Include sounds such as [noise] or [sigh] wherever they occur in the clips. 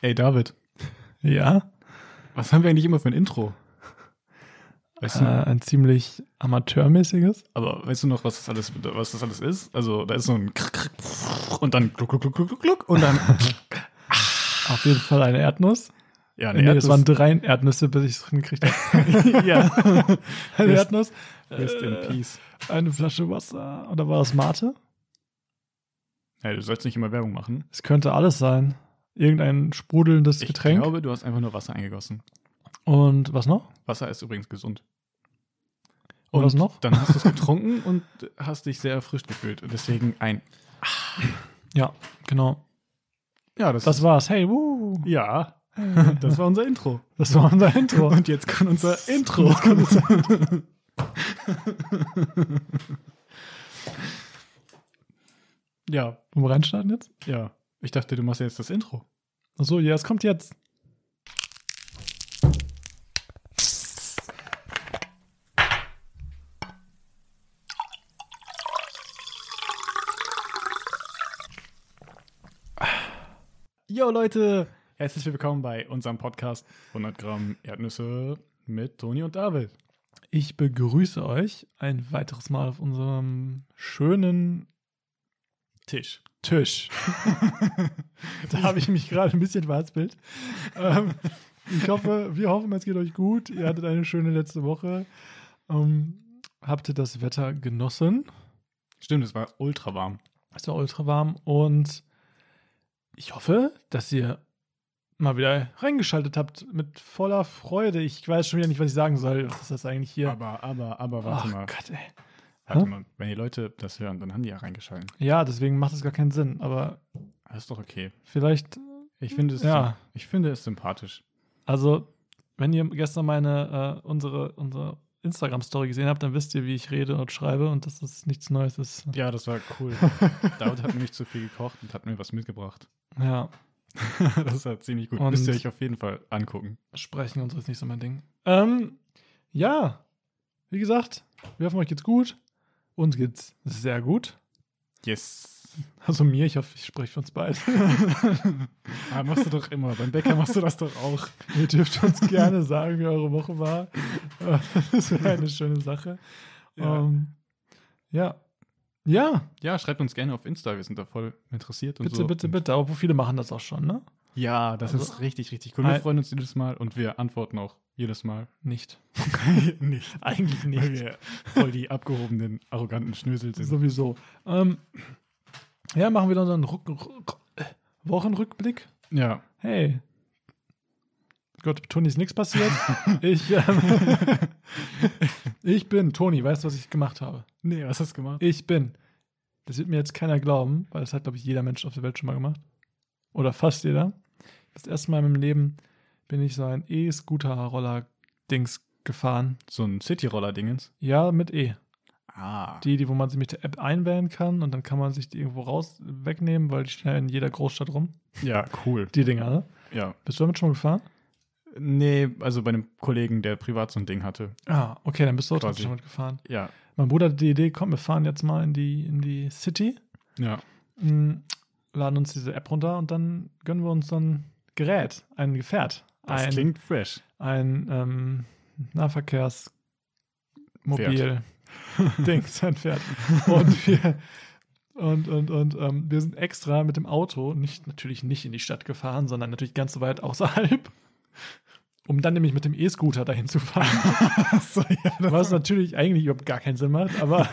Ey, David. Ja, Was haben wir eigentlich immer für ein Intro? Weißt äh, du, ein ziemlich amateurmäßiges. aber weißt du noch, was das alles, was das alles ist? Also, da ist so ein Krr, Krr, und dann gluck, gluck, gluck, gluck, gluck, gluck und [laughs] dann. Auf jeden Fall eine Erdnuss. Ja, nee, das waren drei Erdnüsse, bis ich es [laughs] hingekriegt habe. waren [laughs] ja. Eine Rest- Erdnuss, Rest in äh, Peace. eine Flasche Wasser. Oder war das Mate? Ja, du sollst nicht immer Werbung machen. Es könnte alles sein. Irgendein sprudelndes Ich Getränk. glaube, du hast einfach nur Wasser eingegossen. Und was noch? Wasser ist übrigens gesund. Und was noch? Dann hast du es getrunken und hast dich sehr erfrischt gefühlt. Deswegen ein. Ja, genau. Ja, das, Das war's. Hey, woo. [laughs] Ja, das war unser Intro. Das war unser [laughs] Intro. Und jetzt kommt unser Intro. ja, Wollen wir reinstarten jetzt? ja. Ich dachte, du machst jetzt das Intro. Achso, ja, es kommt jetzt. Yo, Leute! Herzlich willkommen bei unserem Podcast 100 Gramm Erdnüsse mit Toni und David. Ich begrüße euch ein weiteres Mal auf unserem schönen Tisch. Tisch. [laughs] da habe ich mich gerade ein bisschen verhaspelt. Ähm, ich hoffe, wir hoffen, es geht euch gut. Ihr hattet eine schöne letzte Woche. Ähm, habt ihr das Wetter genossen? Stimmt, es war ultra warm. Es war ultra warm und ich hoffe, dass ihr mal wieder reingeschaltet habt mit voller Freude. Ich weiß schon wieder nicht, was ich sagen soll. Was ist das eigentlich hier? Aber, aber, aber, warte Ach mal. Gott, ey. Warte Hä? mal. Wenn die Leute das hören, dann haben die ja reingeschaltet. Ja, deswegen macht es gar keinen Sinn. Aber Das ist doch okay. vielleicht, Ich finde es, Ja. ich finde es sympathisch. also, wenn ihr gestern meine, äh, unsere, unsere Instagram-Story gesehen habt, dann wisst ihr, wie ich rede und schreibe und dass das nichts Neues ist. Ja, das war [laughs] cool. David hat nämlich zu viel gekocht und hat mir was mitgebracht. Ja, [laughs] das war ziemlich gut. Und- Müsst ihr euch auf jeden Fall angucken. sprechen und so ist nicht so mein Ding. Ähm, ja, wie gesagt, wir hoffen, euch geht's gut. Uns geht's sehr gut. Yes. Also mir, ich hoffe, ich spreche für uns beide. [laughs] Ah, machst du doch immer. Beim Bäcker machst du das doch [laughs] auch. Ihr dürft uns gerne sagen, wie eure Woche war. [laughs] Äh, Das wäre eine schöne Sache. Ja. Ähm, ja. ja, Ja, schreibt uns gerne auf Insta. Wir sind da voll interessiert. Und bitte, so. bitte, bitte. Aber viele machen das auch schon, ne? Ja, das Also- ist richtig, richtig cool. Wir Hi. freuen uns jedes Mal und wir antworten auch jedes Mal. Nicht. [laughs] Nicht. Eigentlich Weil wir voll die abgehobenen, arroganten Schnösel sind. Sowieso. Ähm, ja, machen wir dann unseren Ruck Ruck äh, Wochenrückblick. Ja. Hey. Gott, Toni ist [laughs] nichts passiert. ich, ähm, [laughs] ich bin Toni. Weißt du, was ich gemacht habe? Nee, was hast du gemacht? Ich bin. Das wird mir jetzt keiner glauben, weil das hat, glaube ich, jeder Mensch auf der Welt schon mal gemacht. Oder fast jeder. Das erste Mal in meinem Leben bin ich so ein E-Scooter-Roller-Dings gefahren. So ein City-Roller-Dingens. Ja, mit E. Ah. Die, die, wo man sie mit der App einwählen kann und dann kann man sich die irgendwo raus wegnehmen, weil die schnell in jeder Großstadt rum. ja, cool. Die Dinger, ne? Ja. Bist du damit schon mal gefahren? Nee, also bei einem Kollegen, der privat so ein Ding hatte. Ah, okay, dann bist du auch Quasi. schon mal gefahren. Ja. Mein Bruder hatte die Idee, komm, wir fahren jetzt mal in die, in die City, Ja. mh, laden uns diese App runter und dann gönnen wir uns so ein Gerät, ein Gefährt. Das ein, klingt fresh. ein ähm, Nahverkehrsmobil. Dings, ein [laughs] Pferd. Und wir, und, und, und ähm, wir sind extra mit dem Auto nicht, natürlich nicht in die Stadt gefahren, sondern natürlich ganz weit außerhalb, um dann nämlich mit dem E-Scooter dahin zu fahren. [laughs] Achso, ja. was natürlich eigentlich überhaupt gar keinen Sinn macht, [laughs] aber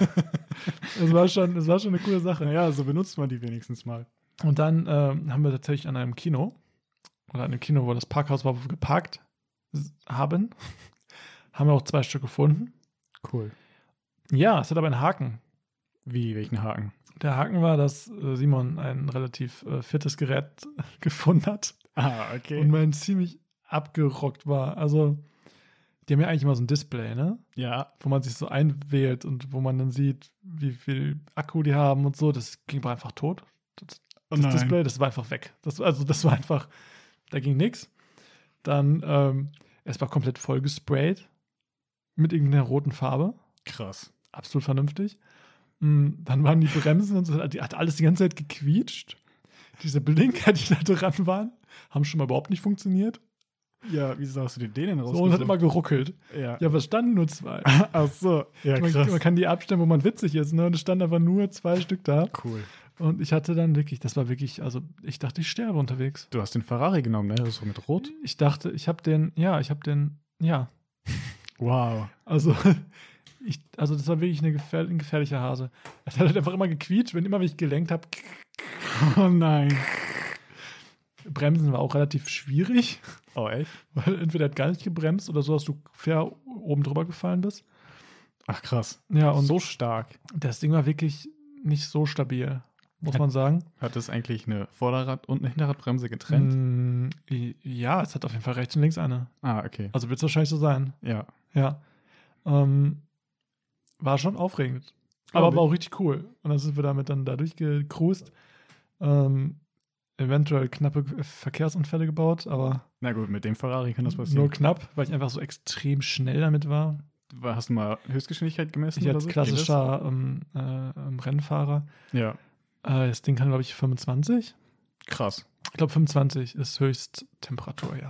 es war schon, es war schon eine coole Sache. Naja, so benutzt man die wenigstens mal. Und dann ähm, haben wir tatsächlich an einem Kino, oder an einem Kino, wo das Parkhaus war, wo wir geparkt s- haben, [laughs] haben wir auch zwei Stück gefunden. Cool. Ja, es hat aber einen Haken. Wie, welchen Haken? Der Haken war, dass äh, Simon ein relativ äh, fittes Gerät [laughs] gefunden hat Ah, okay. und mein ziemlich abgerockt war. Also, die haben ja eigentlich immer so ein Display, ne? ja, Wo man sich so einwählt und wo man dann sieht, wie viel Akku die haben und so. Das ging aber einfach tot. und das Display, das war einfach weg. Das, also das war einfach, da ging nichts. Dann, ähm, es war komplett voll gesprayt mit irgendeiner roten Farbe. Krass. Absolut vernünftig. Mm, Dann waren die Bremsen und so, die hat alles die ganze Zeit gequietscht. diese Blinker, die da dran waren, haben schon mal überhaupt nicht funktioniert. Ja, wieso hast du den denen raus? So, und hat immer geruckelt. ja. Ja, aber es standen nur zwei. [laughs] Ach so. Ja, man, krass. man kann die abstellen, wo man witzig ist, ne? Und es standen aber nur zwei Stück da. Cool. Und ich hatte dann wirklich, das war wirklich, also ich dachte, ich sterbe unterwegs. Du hast den Ferrari genommen, ne? Das ist so mit Rot. Ich dachte, ich habe den, ja, ich habe den, ja. Wow. Also, [laughs] ich, also das war wirklich eine gefähr, ein gefährlicher Hase. Es hat halt einfach immer gequietscht, wenn immer wenn ich gelenkt habe. [laughs] Oh nein. Bremsen war auch relativ schwierig, [laughs] Oh, echt? weil entweder hat gar nicht gebremst oder so, dass du fair oben drüber gefallen bist. Ach, krass. Ja, und so stark. das Ding war wirklich nicht so stabil, muss man sagen. Hat es eigentlich eine Vorderrad- und eine Hinterradbremse getrennt? Mm, i- ja, es hat auf jeden Fall rechts und links eine. Ah, okay. Also wird es wahrscheinlich so sein. Ja. Ja. Ähm, war schon aufregend. Glaub aber war auch richtig cool. Und dann sind wir damit dann dadurch gecruised. Ähm, eventuell knappe Verkehrsunfälle gebaut, aber Na gut, mit dem Ferrari kann das nur passieren. knapp, weil ich einfach so extrem schnell damit war. War- Hast du mal Höchstgeschwindigkeit gemessen? Ich oder als so? Geht klassischer ähm, äh, ähm, Rennfahrer. das? Ja, Äh, das Ding kann, glaube ich, 25. krass. Ich glaube, 25 ist Höchsttemperatur, ja.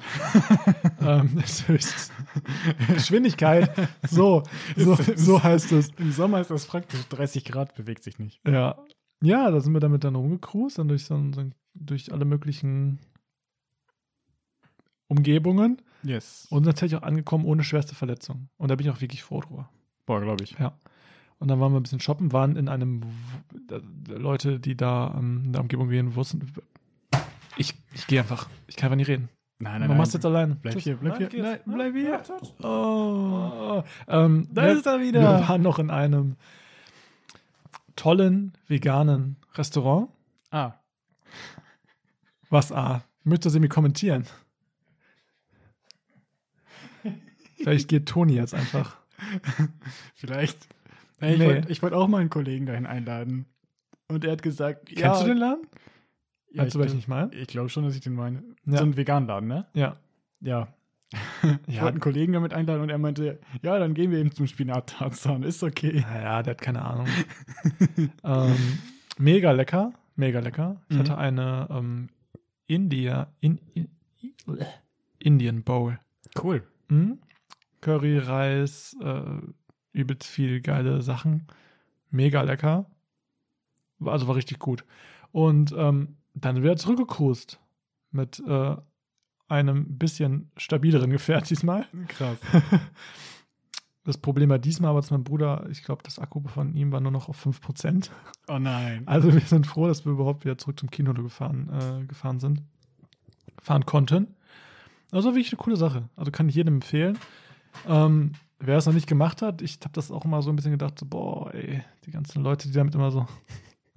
ähm, [laughs] ist Höchstgeschwindigkeit. So, so, so heißt es. Im Sommer ist das praktisch. 30 Grad bewegt sich nicht. Ja. Ja, da sind wir damit dann rumgecruised, dann durch so ein, so ein, durch alle möglichen Umgebungen Yes. Und und natürlich auch angekommen ohne schwerste Verletzung. Und da bin ich auch wirklich froh drüber. Boah, glaube ich. Und dann waren wir ein bisschen shoppen, waren in einem W- da- da- Leute, die da ähm, in der Umgebung gehen, wussten. Ich, ich gehe einfach. Ich kann einfach nicht reden. Nein, Man macht jetzt allein. Bleib hier, bleib hier, Bleib, bleib- bleib hier. Ja, Oh. Ähm, Da wir- ist er wieder. Wir waren noch in einem tollen veganen Restaurant. Ah, Was A? Möchte sie mir kommentieren? Vielleicht geht Toni jetzt einfach. vielleicht. Ey, ich Nee. wollte wollt auch mal einen Kollegen dahin einladen. Und er hat gesagt, ja. Kennst du den Laden? Ja, Weißt du, ich, welchen ich meine? ich glaube schon, dass ich den meine. Ja. So ein Veganladen, ne? Ja. Ja. Ich Ja. wollte einen Kollegen damit einladen und er meinte, ja, dann gehen wir eben zum Spinat-Tarzan. Ist okay. Naja, der hat keine [laughs] Ahnung. ähm, mega lecker. Mega lecker. Ich Mhm. hatte eine ähm, India, in, in, Indian Bowl. Cool. Mhm. Curry, Reis, äh, übelst viel geile Sachen. Mega lecker. War- Also war richtig gut. Und ähm, dann wieder zurückgekrust mit äh, einem bisschen stabileren [laughs] Gefährt diesmal. Krass. Das Problem war diesmal aber, dass mein Bruder, ich glaube, das Akku von ihm war nur noch auf 5%. [laughs] Oh nein. Also wir sind froh, dass wir überhaupt wieder zurück zum Kino gefahren, äh, gefahren sind. Fahren konnten. Also wirklich eine coole Sache. Also kann ich jedem empfehlen. Ähm, wer es noch nicht gemacht hat, ich habe das auch immer so ein bisschen gedacht, so, boah, ey, die ganzen Leute, die damit immer so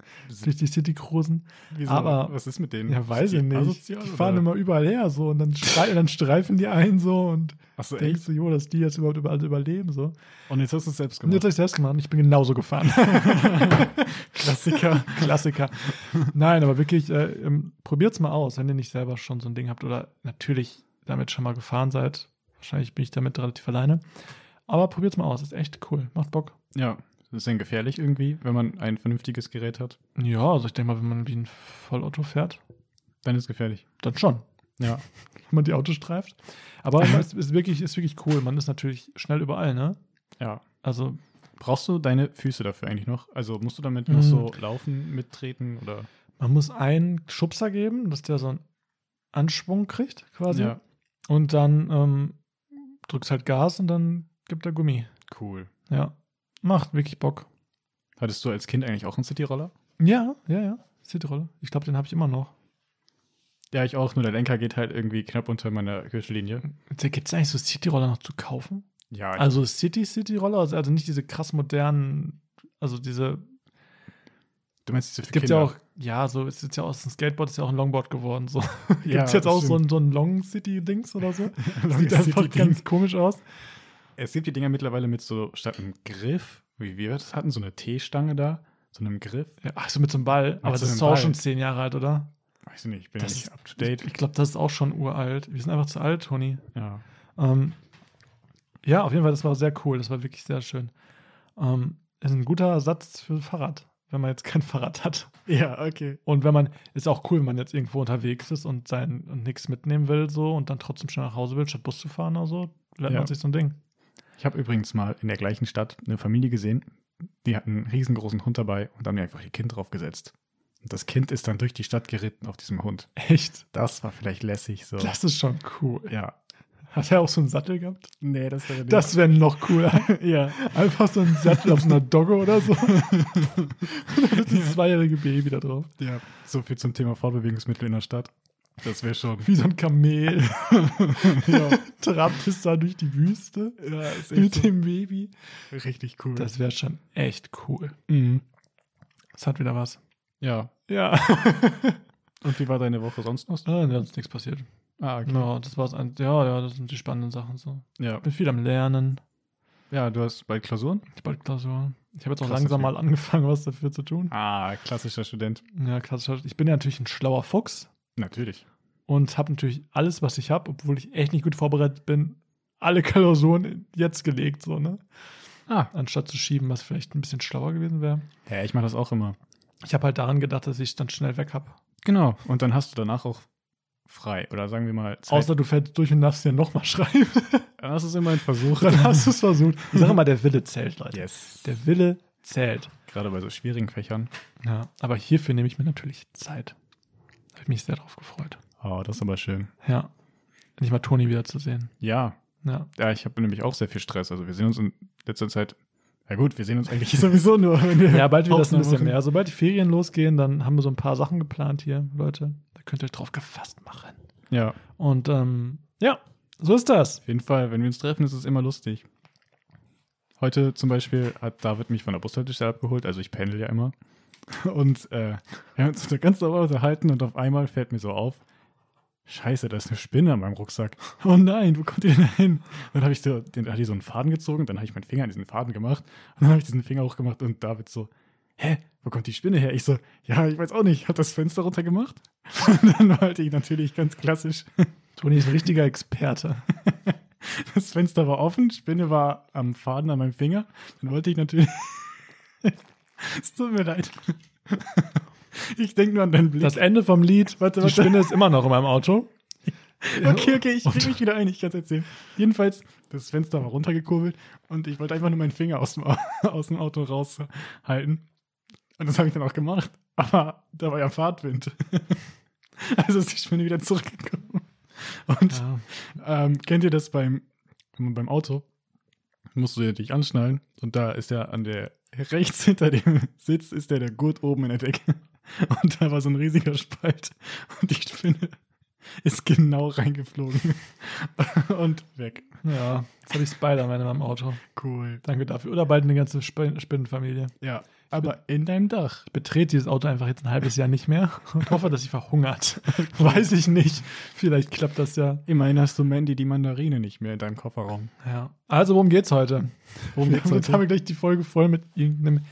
[laughs] durch die City cruisen. Wieso? aber- was ist mit denen? Ja, weiß ich Sind die nicht. asozial, die fahren oder? immer überall her so und dann, strei [laughs] dann streifen die ein so und Ach so, echt? denkst du, jo, dass die jetzt überhaupt überall überleben so. Und jetzt hast du es selbst Und jetzt gemacht. habe ich selbst gemacht und ich bin genauso gefahren. [laughs] Klassiker. Klassiker. Nein, aber wirklich, äh, ähm, probiert's mal aus, wenn ihr nicht selber schon so ein Ding habt oder natürlich damit schon mal gefahren seid. Wahrscheinlich bin ich damit relativ alleine. Aber probiert's mal aus, ist echt cool, macht Bock. Ja. Das ist denn gefährlich irgendwie, wenn man ein vernünftiges Gerät hat? Ja, also ich denke mal, wenn man wie ein Vollauto fährt, Dann ist es gefährlich. dann schon, Ja. [laughs] wenn man die Autos streift. Aber es ist wirklich, ist wirklich cool. Man ist natürlich schnell überall, ne? Ja. Also, Brauchst du deine Füße dafür eigentlich noch? Also musst du damit Mhm. noch so laufen, mittreten oder? man muss einen Schubser geben, dass der so einen Anschwung kriegt, quasi. Ja. Und dann ähm, drückst halt Gas und dann gibt er Gummi. Cool. Ja. Macht wirklich Bock. Hattest du als Kind eigentlich auch einen Cityroller? Ja, ja, ja. Citrolle. Ich glaube, den habe ich immer noch. Ja, ich auch. Nur der Lenker geht halt irgendwie knapp unter meiner Gürtellinie. Gibt es eigentlich so Cityroller noch zu kaufen? Ja, Also City-City-Roller, also also nicht diese krass modernen, also diese, du meinst diese für es gibt Kinder. ja auch, ja, so es ist ja aus dem Skateboard ist ja auch ein Longboard geworden, so. [laughs] Gibt Ja, es jetzt auch so stimmt. ein, so ein Long-City-Dings oder so? Long Sieht einfach City-Ding. ganz komisch aus. Es gibt die Dinger mittlerweile mit so statt einem Griff, wie wir das hatten, so eine T-Stange da, so einem Griff. Ja, ach so, mit so einem Ball. Aber so das einem ist auch Ball. schon zehn Jahre alt, oder? Weiß ich nicht, ich bin Das ja nicht ist- up to date. Ich glaube, das ist auch schon uralt. Wir sind einfach zu alt, Toni. ja. Ähm, ja, auf jeden Fall, das war sehr cool. Das war wirklich sehr schön. Ähm, ist ein guter Satz für Fahrrad. wenn man jetzt [laughs] kein Fahrrad hat. Ja, okay. Und wenn man, ist auch cool, wenn man jetzt irgendwo unterwegs ist und sein und nichts mitnehmen will, so und dann trotzdem schnell nach Hause will, statt Bus zu fahren oder so, lernt Ja. man sich so ein Ding. Ich habe übrigens mal in der gleichen Stadt eine Familie gesehen, die hat einen riesengroßen Hund dabei und haben mir einfach ihr Kind draufgesetzt. Und das Kind ist dann durch die Stadt geritten auf diesem Hund. Echt? Das war vielleicht lässig [laughs] so. Das ist schon cool. Ja. Hat er auch so einen Sattel gehabt? Nee, das wäre Das wäre noch cooler. [laughs] ja. Einfach so ein Sattel auf so einer Dogge [laughs] oder so. [laughs] Und dann ist das zweijährige Baby da drauf. ja. So viel zum Thema Fortbewegungsmittel in der Stadt. Das wäre schon. Wie so ein [laughs] Kamel. ja, Trabt es da durch die Wüste ja, ist mit echt so dem Baby. richtig cool. Das wäre schon echt cool. mhm. Es hat wieder was. Ja. Ja. Und wie war deine Woche sonst noch? Ah, da ist nichts passiert. Ah, okay. Ja, das war's. An, ja, ja, das sind die spannenden Sachen so. Ja. Ich bin viel am Lernen. ja, du hast bald Klausuren? Ich hab bald Klausuren. Ich habe jetzt auch Krasser langsam Typ. mal angefangen, was dafür zu tun. Ah, klassischer Student. Ja, klassisch. Ich bin ja natürlich ein schlauer Fuchs Natürlich. und habe natürlich alles, was ich habe, obwohl ich echt nicht gut vorbereitet bin, alle Klausuren jetzt gelegt, so, ne? Ah. Anstatt zu schieben, was vielleicht ein bisschen schlauer gewesen wäre. Ja, ich mache das auch immer. Ich habe halt daran gedacht, dass ich es dann schnell weg habe. Genau. Und dann hast du danach auch frei. Oder sagen wir mal, Zeit. Außer du fällst durch und darfst dir nochmal [laughs] schreiben. dann hast du es immer ein Versuch. [laughs] dann hast du es versucht. Ich sage mal, der Wille zählt, Leute. yes. Der Wille zählt. Gerade bei so schwierigen Fächern. Ja, aber hierfür nehme ich mir natürlich Zeit. Habe ich mich sehr drauf gefreut. Oh, das ist aber schön. Ja. Nicht mal Toni wiederzusehen. Ja. Ja. Ja, ich habe nämlich auch sehr viel Stress. Also wir sehen uns in letzter Zeit. Ja gut, wir sehen uns eigentlich [laughs] sowieso nur. Wenn wir Ja, bald wird das Aufnahmen ein bisschen machen. mehr. Sobald die Ferien losgehen, dann haben wir so ein paar Sachen geplant hier, Leute. Da könnt ihr euch drauf gefasst machen. Ja, auf Und ähm, ja, so ist das. jeden Fall, wenn wir uns treffen, ist es immer lustig. Heute zum Beispiel hat David mich von der Bushaltestelle abgeholt, also ich pendel ja immer. [laughs] Und äh, wir haben uns ganz normal unterhalten und auf einmal fällt mir so auf, scheiße, da ist eine Spinne an meinem Rucksack. Oh nein, wo kommt die denn hin? Dann habe ich so, den, hat die so einen Faden gezogen, dann habe ich meinen Finger an diesen Faden gemacht und dann habe ich diesen Finger hochgemacht und David so, hä, wo kommt die Spinne her? Ich so, ja, ich weiß auch nicht, hat das Fenster runtergemacht? [laughs] Und dann wollte ich natürlich ganz klassisch Toni ist ein richtiger Experte. [laughs] Das Fenster war offen, Spinne war am Faden an meinem Finger. Dann wollte ich natürlich. [laughs] es tut mir leid. ich denke nur an deinen Blick. Das Ende vom Lied. Warte, Die warte. Spinne ist immer noch in meinem Auto. okay, okay, ich krieg mich wieder ein, ich kann es erzählen. Jedenfalls, das Fenster war runtergekurbelt und ich wollte einfach nur meinen Finger aus dem, Au- [laughs] aus dem Auto raushalten. Und das habe ich dann auch gemacht. Aber da war ja Fahrtwind. [laughs] also ist die Spinne wieder zurückgekommen. Und Ja. Ähm, kennt ihr das beim, beim Auto? Musst du dich anschnallen und da ist ja an der [laughs] rechts hinter dem Sitz ist ja der Gurt oben in der Decke. [laughs] Und da war so ein riesiger Spalt und die Spinne [laughs] ist genau reingeflogen [laughs] und weg. ja, jetzt habe ich Spider-Man in meinem Auto. Cool. Danke dafür. Oder bald eine ganze Spin Spinnenfamilie. Ja, aber in deinem Dach. Ich betrete dieses Auto einfach jetzt ein halbes Jahr nicht mehr und hoffe, dass [laughs] sie verhungert. Weiß ich nicht. Vielleicht klappt das ja. Immerhin hast du Mandy die Mandarine nicht mehr in deinem Kofferraum. Ja. Also, worum geht's heute? Worum Wir geht's haben- heute? Jetzt haben wir gleich die Folge voll mit irgendeinem.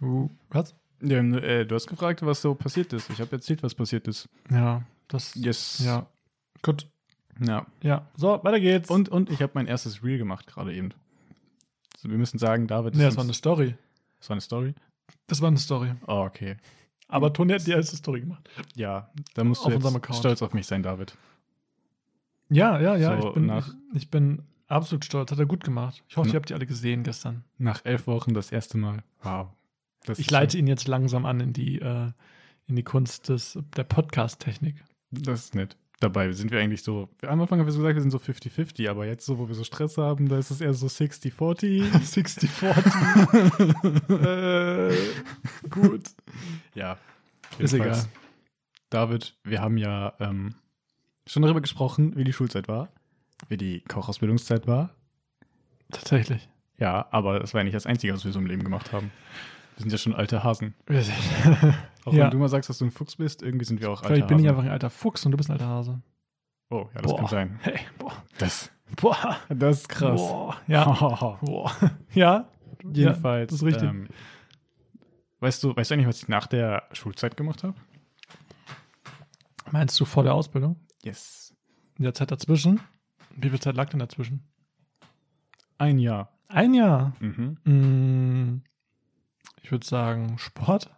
Uh, Was? Ähm, äh, du hast gefragt, was so passiert ist. Ich habe erzählt, was passiert ist. Ja, das. Yes. Ja. Gut. Ja. Ja. So, weiter geht's. Und, und ich habe mein erstes Reel gemacht gerade eben. Also wir müssen sagen, David, Nee, ist das war eine uns- Story. das war eine Story. Das war eine Story. Oh, okay. Aber Toni hat die erste Story gemacht. Ja, da musst du Auf unserem jetzt Account. stolz auf mich sein, David. Ja, ja, ja. So, ich, bin, nach- ich, ich bin absolut stolz. Hat er gut gemacht. Ich hoffe, Na- ihr habt die alle gesehen gestern. Nach elf Wochen das erste Mal. Wow. Das Ich ist leite ihn jetzt langsam an in die, äh, in die Kunst des, der Podcast-Technik. [laughs] schon- Das ist nett. Dabei sind wir eigentlich so, am Anfang haben wir so gesagt, wir sind so 50-50, aber jetzt so, wo wir so Stress haben, da ist es eher so 60-40. 60 äh, gut. ja. Ist Jedenfalls. egal. David, wir haben ja ähm, schon darüber gesprochen, wie die Schulzeit war, wie die Kochausbildungszeit war, Tatsächlich. Ja, aber das war ja nicht das Einzige, was wir so im Leben gemacht haben. Wir sind ja schon alte Hasen. Vielleicht Auch Ja. wenn du mal sagst, dass du ein Fuchs bist, irgendwie sind wir auch alte bin ich Hasen. einfach ein alter Fuchs und du bist ein alter Hase. Oh, ja, das Boah. kann sein. Hey, boah. Das, Boah. das ist krass. Boah. Ja. [laughs] Boah. [laughs] Ja. Jedenfalls. das ist richtig. Ähm, weißt, du, weißt du eigentlich, was ich nach der Schulzeit gemacht habe? Meinst du vor der Ausbildung? Yes. In der Zeit dazwischen? Wie viel Zeit lag denn dazwischen? Ein Jahr. Ein Jahr. Mhm. Hm. Ich würde sagen, Sport.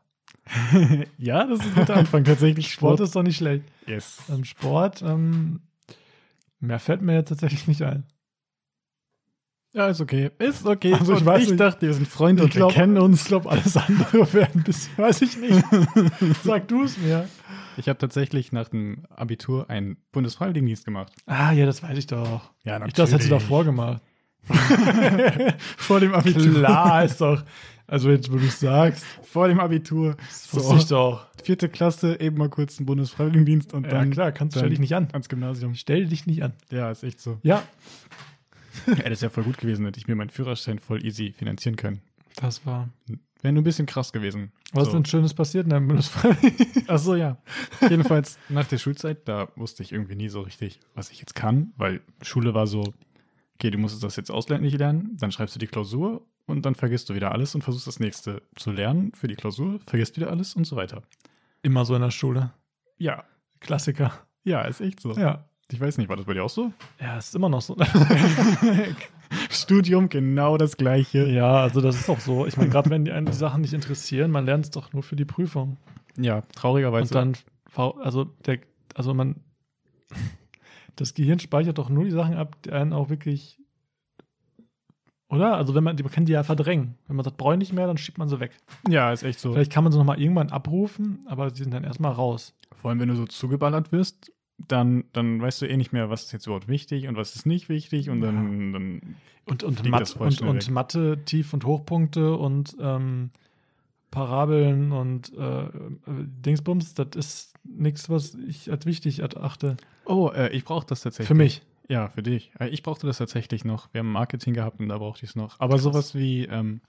ja, das ist ein guter Anfang [laughs] tatsächlich. Sport ist doch nicht schlecht. Yes. Ähm, Sport, ähm, mehr fällt mir jetzt tatsächlich nicht ein. Ja, ist okay. Ist okay. Also ich Und weiß nicht- dachte, wir sind Freunde Ich glaub- uns. Ich glaube, alles andere wäre ein bisschen, weiß ich nicht. [laughs] Sag du es mir. Ich habe tatsächlich nach dem Abitur einen Bundesfreiwilligendienst gemacht. Ah, ja, das weiß ich doch. Ja, Ich dachte, das hättest du davor gemacht. Vor dem Abitur. Ah, Klar, ist doch. Also, jetzt, wo du es sagst, Vor dem Abitur. das So. wusste ich doch. Vierte Klasse, eben mal kurz einen Bundesfreiwilligendienst und dann kannst dann- nicht an. ans Gymnasium. Stell dich nicht an. Ja, ist echt [laughs] so. Ja, ja, das ist ja voll gut gewesen, hätte ich mir meinen Führerschein voll easy finanzieren können. das war. Wäre nur ein bisschen krass gewesen. Was So. ist denn Schönes passiert in deinem [laughs] Bundesfreiwilligen? Ach so, ja. Jedenfalls [laughs] nach der Schulzeit, da wusste ich irgendwie nie so richtig, was ich jetzt kann, weil Schule war so, okay, du musst das jetzt auswendig lernen, dann schreibst du die Klausur und dann vergisst du wieder alles und versuchst das nächste zu lernen für die Klausur, vergisst wieder alles und so weiter. Immer so in der Schule. Ja, Klassiker. ja, ist echt so. Ja. Ich weiß nicht, war das bei dir auch so? Ja, ist immer noch so. [laughs] Studium, genau das gleiche. ja, also das ist auch so. Ich meine, gerade wenn die einen die Sachen nicht interessieren, man lernt es doch nur für die Prüfung. Ja, traurigerweise. Und dann, v- also der, also man, [laughs] das Gehirn speichert doch nur die Sachen ab, die einen auch wirklich, oder? Also wenn man, die- man kann die ja verdrängen. Wenn man sagt, brauche ich nicht mehr, dann schiebt man sie weg. ja, ist echt so. Vielleicht kann man sie nochmal irgendwann abrufen, aber sie sind dann erstmal raus. Vor allem, wenn du so zugeballert wirst, dann, dann weißt du eh nicht mehr, was ist jetzt überhaupt wichtig und was ist nicht wichtig und dann, dann Und, und, Fliegt das Mat voll und, schnell und weg. Mathe, Tief- und Hochpunkte und ähm, Parabeln und äh, äh, Dingsbums, das ist nichts, was ich als wichtig erachte. oh, äh, ich brauche das tatsächlich. Für mich. Ja, für dich. Äh, Ich brauchte das tatsächlich noch. Wir haben Marketing gehabt und da brauchte ich es noch. Aber sowas wie ähm,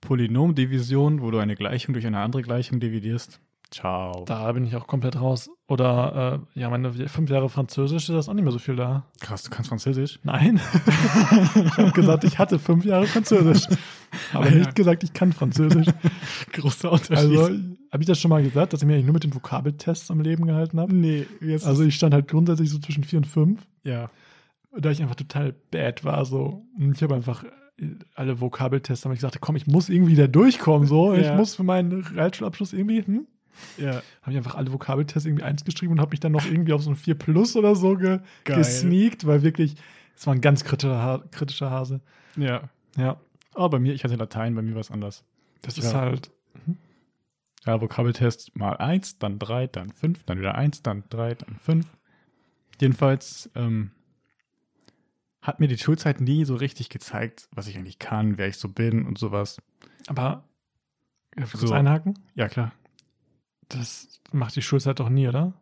Polynomdivision, wo du eine Gleichung durch eine andere Gleichung dividierst. Ciao. Da bin ich auch komplett raus. Oder, äh, ja, meine fünf Jahre Französisch, da ist auch nicht mehr so viel da. Krass, du kannst Französisch. Nein. [laughs] ich habe gesagt, ich hatte fünf Jahre Französisch. Aber Ah, Ja. nicht gesagt, ich [laughs] kann Französisch. Großer Unterschied. Also, Also, habe ich das schon mal gesagt, dass ich mich eigentlich nur mit den Vokabeltests am Leben gehalten habe? nee, jetzt Also, ich stand halt grundsätzlich so zwischen vier und fünf, ja. da ich einfach total bad war. So. Und ich habe einfach äh, alle Vokabeltests, aber ich sagte, komm, ich muss irgendwie da durchkommen. So. Ja. Ich muss für meinen Realschulabschluss irgendwie, hm? ja. habe ich einfach alle Vokabeltests irgendwie eins geschrieben und habe mich dann noch irgendwie auf so ein 4 Plus oder so ge Geil. gesneakt, weil wirklich, es war ein ganz kritischer, ha kritischer Hase. Ja. Ja, Aber bei mir, ich hatte Latein, bei mir war es anders. das Ja. ist halt, Ja, Vokabeltest mal 1, dann 3, dann 5, dann wieder 1, dann 3, dann 5. Jedenfalls ähm, hat mir die Schulzeit nie so richtig gezeigt, was ich eigentlich kann, wer ich so bin und sowas. aber ja, kurz So. einhaken, Ja, klar. das macht die Schulzeit doch nie, oder?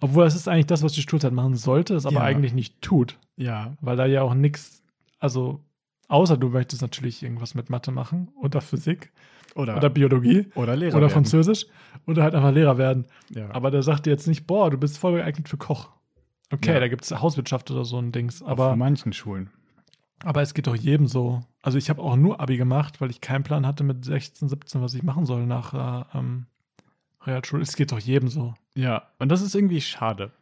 Obwohl, das ist eigentlich das, was die Schulzeit machen sollte, es aber Ja. eigentlich nicht tut, Ja. weil da ja auch nichts, also außer du möchtest natürlich irgendwas mit Mathe machen oder Physik Oder, oder Biologie oder Lehrer. oder werden. Französisch oder halt einfach Lehrer werden. Ja. Aber der sagt dir jetzt nicht, boah, du bist voll geeignet für Koch. Okay, Ja. da gibt es Hauswirtschaft oder so ein Dings. Auf Aber, manchen Schulen. aber es geht doch jedem so. Also ich habe auch nur Abi gemacht, weil ich keinen Plan hatte mit 16, 17, was ich machen soll nach äh, ähm, Realschule. Es geht doch jedem so. Ja, und das ist irgendwie schade.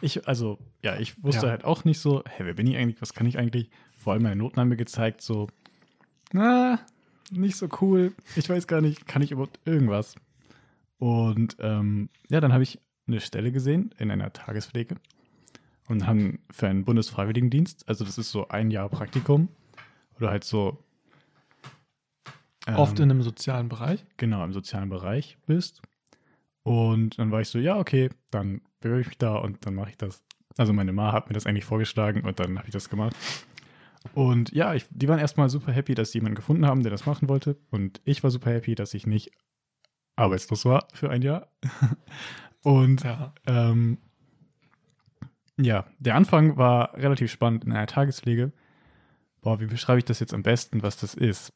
Ich, also, ja, ich wusste Ja. halt auch nicht so, hä, wer bin ich eigentlich, was kann ich eigentlich? Vor allem meine Noten haben mir gezeigt, so, na, nicht so cool. Ich weiß gar nicht, kann ich überhaupt irgendwas? Und ähm, ja, dann habe ich eine Stelle gesehen in einer Tagespflege und haben für einen Bundesfreiwilligendienst, also das ist so ein Jahr Praktikum oder halt so. ähm, Oft in einem sozialen Bereich. genau im sozialen Bereich bist. Und dann war ich so, ja, okay, dann bewerbe ich mich da und dann mache ich das. Also meine Ma hat mir das eigentlich vorgeschlagen und dann habe ich das gemacht. Und ja, ich, die waren erstmal super happy, dass sie jemanden gefunden haben, der das machen wollte. Und ich war super happy, dass ich nicht arbeitslos war für ein Jahr. [laughs] und Ja. ähm, ja, der Anfang war relativ spannend in einer Tagespflege. Boah, wie beschreibe ich das jetzt am besten, was das ist?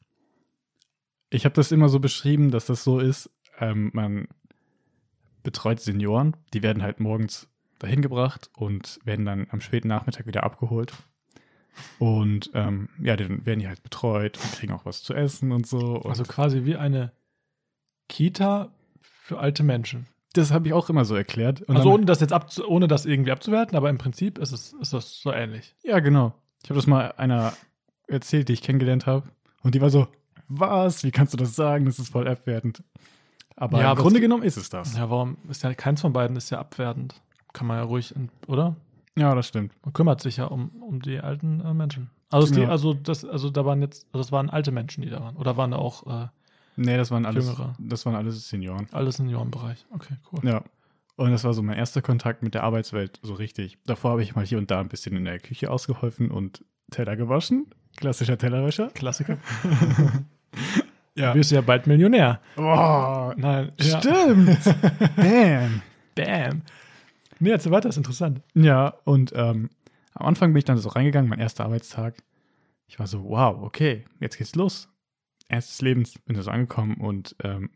Ich habe das immer so beschrieben, dass das so ist, ähm, man betreut Senioren, die werden halt morgens dahin gebracht und werden dann am späten Nachmittag wieder abgeholt. Und ähm, ja, dann werden die halt betreut und kriegen auch was zu essen und so. Und Also quasi wie eine Kita für alte Menschen. das habe ich auch immer so erklärt. Und also dann- ohne das jetzt abzu ohne das irgendwie abzuwerten, aber im Prinzip ist es ist das so ähnlich. Ja, genau. Ich habe das mal einer erzählt, die ich kennengelernt habe. Und die war so, was? Wie kannst du das sagen? Das ist voll abwertend. Aber Ja, im aber Grunde es- genommen ist es das. Ja, warum ist ja keins von beiden ist ja abwertend. Kann man ja ruhig, in- oder? Ja, das stimmt. Man kümmert sich ja um, um die alten äh, Menschen. Also, es- die, Ja. also, das, also da waren jetzt, das waren alte Menschen, die da waren. Oder waren da auch äh, Nee, das waren alles, Jüngere. das waren alles Senioren. alles in ihrem Bereich. Okay, cool. Ja. Und das war so mein erster Kontakt mit der Arbeitswelt, so richtig. Davor habe ich mal hier und da ein bisschen in der Küche ausgeholfen und Teller gewaschen. Klassischer Tellerwäscher. Klassiker. Ja. Du wirst ja bald Millionär. Boah, Nein. Ja. [laughs] stimmt. Bam. Bam. Nee, erzähl weiter, ist interessant. Ja, und ähm, am Anfang bin ich dann so reingegangen, mein erster Arbeitstag. Ich war so, wow, okay, jetzt geht's los. Erstes Lebens, bin da so angekommen und ähm,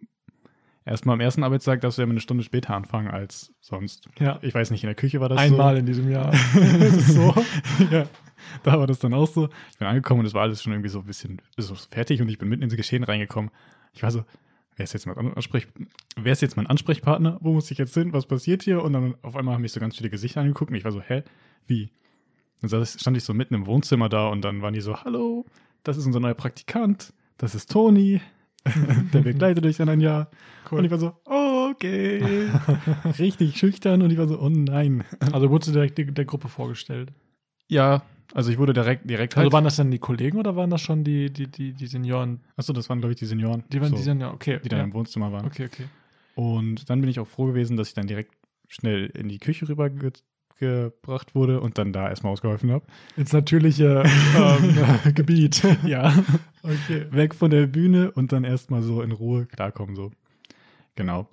erstmal am ersten Arbeitstag darfst du ja immer eine Stunde später anfangen als sonst. Ja. Ich weiß nicht, in der Küche war das so. Einmal in diesem [laughs] Jahr. Das ist so. [laughs] ja. Da war das dann auch so. Ich bin angekommen und es war alles schon irgendwie so ein bisschen so fertig und ich bin mitten ins Geschehen reingekommen. Ich war so, wer ist jetzt mein, Ansprech wer ist jetzt mein Ansprechpartner? Wo muss ich jetzt hin? Was passiert hier? Und dann auf einmal haben mich so ganz viele Gesichter angeguckt und ich war so, hä? Wie? Dann saß ich- stand ich so mitten im Wohnzimmer da und dann waren die so, hallo, das ist unser neuer Praktikant, das ist Toni, [laughs] der begleitet euch dann ein Jahr. Und ich war so, oh, okay. Richtig schüchtern und ich war so, oh nein. Also wurdest du direkt der, der Gruppe vorgestellt. Ja, also ich wurde direkt, direkt Also halt. waren das dann die Kollegen oder waren das schon die, die, die, die Senioren? achso, das waren, glaube ich, die Senioren, Die waren so, die Senioren, okay. die dann ja. im Wohnzimmer waren. Okay, okay. Und dann bin ich auch froh gewesen, dass ich dann direkt schnell in die Küche rüber ge gebracht wurde und dann da erstmal ausgeholfen [laughs] habe. Ins natürliche [laughs] ähm, Gebiet. ja. Okay. Weg von der Bühne und dann erstmal so in Ruhe klarkommen, so. Genau.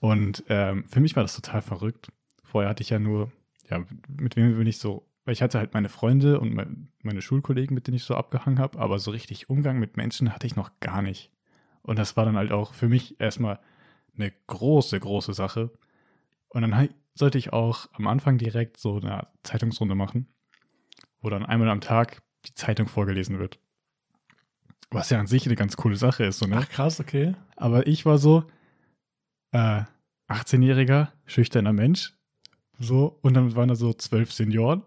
Und ähm, für mich war das total verrückt. Vorher hatte ich ja nur, ja, mit wem bin ich so, weil ich hatte halt meine Freunde und mein, meine Schulkollegen, mit denen ich so abgehangen habe, aber so richtig Umgang mit Menschen hatte ich noch gar nicht. Und das war dann halt auch für mich erstmal eine große, große Sache. Und dann hei- sollte ich auch am Anfang direkt so eine Zeitungsrunde machen, wo dann einmal am Tag die Zeitung vorgelesen wird. Was ja an sich eine ganz coole Sache ist, so, ne? Ach krass, okay. Aber ich war so äh, 18-jähriger, schüchterner Mensch. So, und dann waren da so zwölf Senioren.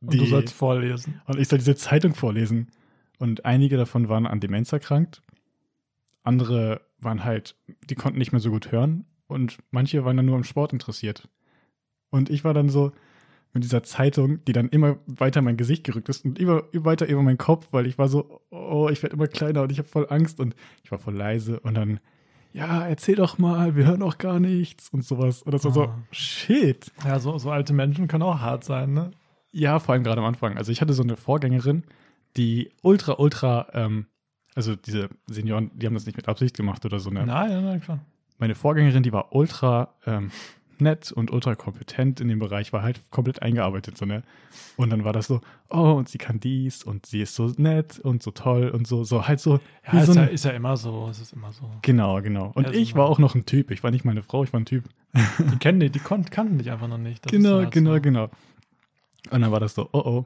Und Die, du sollst vorlesen. und ich soll diese Zeitung vorlesen. Und einige davon waren an Demenz erkrankt. Andere waren halt, die konnten nicht mehr so gut hören. Und manche waren dann nur am Sport interessiert. Und ich war dann so mit dieser Zeitung, die dann immer weiter in mein Gesicht gerückt ist und immer weiter über meinen Kopf, weil ich war so, oh, ich werde immer kleiner und ich habe voll Angst und ich war voll leise und dann, ja, erzähl doch mal, wir hören auch gar nichts und sowas. Und das war so, Ah. shit. Ja, so, so alte Menschen können auch hart sein, ne? Ja, vor allem gerade am Anfang. Also ich hatte so eine Vorgängerin, die ultra, ultra, ähm, also diese Senioren, die haben das nicht mit Absicht gemacht oder so. Ne? Nein, nein, nein, klar. Meine Vorgängerin, die war ultra ähm, nett und ultra kompetent in dem Bereich, war halt komplett eingearbeitet. So, ne? Und dann war das so, oh, und sie kann dies und sie ist so nett und so toll und so, so halt so. Ja, wie ist, so ja, eine- ist ja immer so. Es ist immer so. Genau, genau. Und Ja, so ich eine- war auch noch ein Typ. Ich war nicht mal eine Frau, ich war ein Typ. Die kennen die, die kon- kannten dich einfach noch nicht. Das ist Genau, halt genau, so. genau. Und dann war das so, oh oh.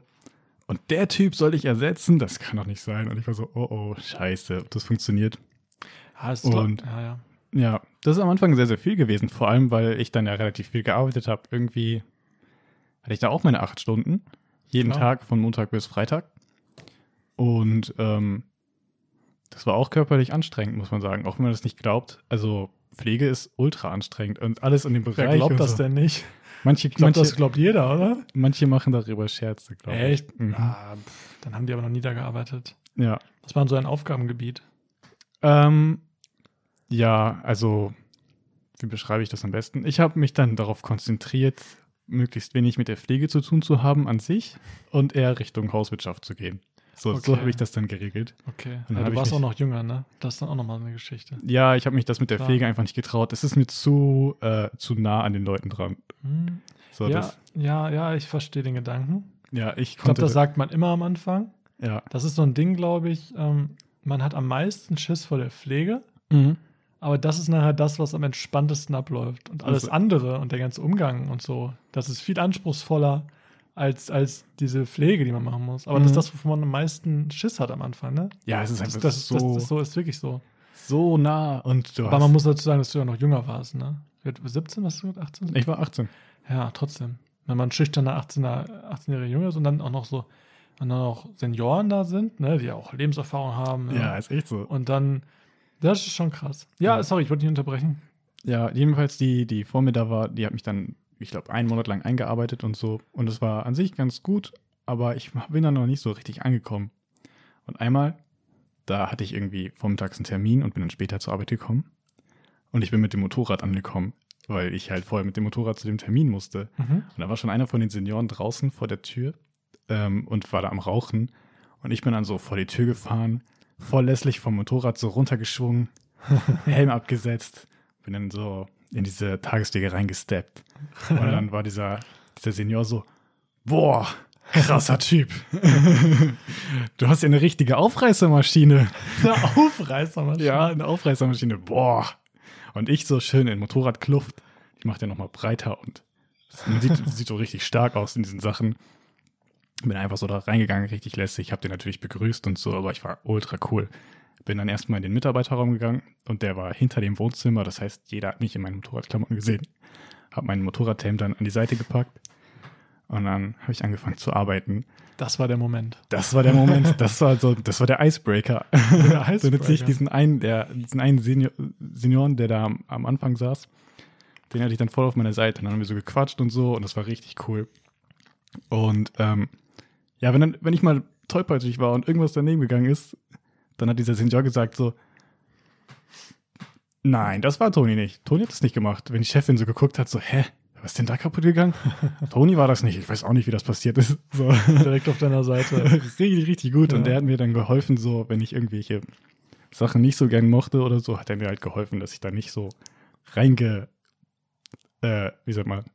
Und der Typ soll ich ersetzen? Das kann doch nicht sein. Und ich war so, oh oh, scheiße, ob das funktioniert. Ja, Ah, ist klar. Und- ja, ja. Ja, das ist am Anfang sehr, sehr viel gewesen. Vor allem, weil ich dann ja relativ viel gearbeitet habe. Irgendwie hatte ich da auch meine acht Stunden. Jeden Klar. Tag von Montag bis Freitag. Und ähm, das war auch körperlich anstrengend, muss man sagen. Auch wenn man das nicht glaubt. Also Pflege ist ultra anstrengend. Und alles in dem Bereich. Wer glaubt und das so. denn nicht? Manche, Ich glaube, manche, das glaubt jeder, oder? manche machen darüber Scherze, glaube ich. Mhm. Ah, pff, dann haben die aber noch nie da gearbeitet. Ja. Was war denn so ein Aufgabengebiet? Ähm, ja, also, wie beschreibe ich das am besten? Ich habe mich dann darauf konzentriert, möglichst wenig mit der Pflege zu tun zu haben an sich und eher Richtung Hauswirtschaft zu gehen. So, so Okay. habe ich das dann geregelt. Okay. Dann Ja, hab du ich warst mich- auch noch jünger, ne? Das ist dann auch nochmal eine Geschichte. Ja, ich habe mich das mit der Klar. Pflege einfach nicht getraut. Es ist mir zu, äh, zu nah an den Leuten dran. Hm. So, ja, das, ja, ja, ich verstehe den Gedanken. ja, ich Ich glaube, konnte. das sagt man immer am Anfang. ja. Das ist so ein Ding, glaube ich. Ähm, man hat am meisten Schiss vor der Pflege, aber das ist nachher das, was am entspanntesten abläuft. Und alles Also- andere und der ganze Umgang und so, das ist viel anspruchsvoller als, als diese Pflege, die man machen muss. Aber das Mhm. ist das, wovon man am meisten Schiss hat am Anfang, ne? Ja, es ist Das, einfach das, das, so, das, so ist wirklich so. so nah. Und du Aber hast, man muss dazu sagen, dass du ja noch jünger warst, ne? Wie alt- 17, was hast du gesagt? 18? ich war 18. Ja, trotzdem. Wenn man ein schüchterner 18er 18-jähriger Junge ist und dann auch noch so und dann auch Senioren da sind, ne, die auch Lebenserfahrung haben. Ja, ist echt so. Und dann, das ist schon krass. Ja, Ja. sorry, ich wollte nicht unterbrechen. Ja, jedenfalls die, die vor mir da war, die hat mich dann, ich glaube, einen Monat lang eingearbeitet und so. Und es war an sich ganz gut, aber ich bin da noch nicht so richtig angekommen. Und einmal, da hatte ich irgendwie vormittags einen Termin und bin dann später zur Arbeit gekommen. Und ich bin mit dem Motorrad angekommen, weil ich halt vorher mit dem Motorrad zu dem Termin musste. Mhm. Und da war schon einer von den Senioren draußen vor der Tür ähm, und war da am Rauchen. Und ich bin dann so vor die Tür gefahren, voll lässig vom Motorrad so runtergeschwungen, Helm abgesetzt, bin dann so in diese Tageswege reingesteppt. Und dann war dieser, dieser Senior so, boah, krasser Typ. du hast ja eine richtige Aufreißermaschine. Eine Aufreißermaschine. Ja, eine Aufreißermaschine. Boah. Und ich so schön in Motorradkluft. Ich mache den nochmal breiter und man sieht, [laughs] sieht so richtig stark aus in diesen Sachen. Bin einfach so da reingegangen, richtig lässig. Hab den natürlich begrüßt und so, aber ich war ultra cool. Bin dann erstmal in den Mitarbeiterraum gegangen und der war hinter dem Wohnzimmer. Das heißt, jeder hat mich in meinen Motorradklamotten gesehen. Hab meinen Motorradhelm dann an die Seite gepackt und dann habe ich angefangen zu arbeiten. Das war [laughs] der Moment. Das war der Moment, das war so, das war der Icebreaker. Der So nutze ich Icebreaker. diesen einen, der, diesen einen Senior, Senioren, der da am, am Anfang saß, den hatte ich dann voll auf meiner Seite. Und dann haben wir so gequatscht und so und das war richtig cool. Und ähm, ja, wenn, dann, wenn ich mal tollpatschig war und irgendwas daneben gegangen ist, dann hat dieser Senior gesagt so, nein, das war Toni nicht. Toni hat das nicht gemacht. Wenn die Chefin so geguckt hat, so, hä, was ist denn da kaputt gegangen? Toni war das nicht. Ich weiß auch nicht, wie das passiert ist. So. [laughs] Direkt auf deiner Seite. [laughs] richtig, richtig gut. Und Ja. der hat mir dann geholfen, so, wenn ich irgendwelche Sachen nicht so gern mochte oder so, hat er mir halt geholfen, dass ich da nicht so reinge. Äh, wie sagt man?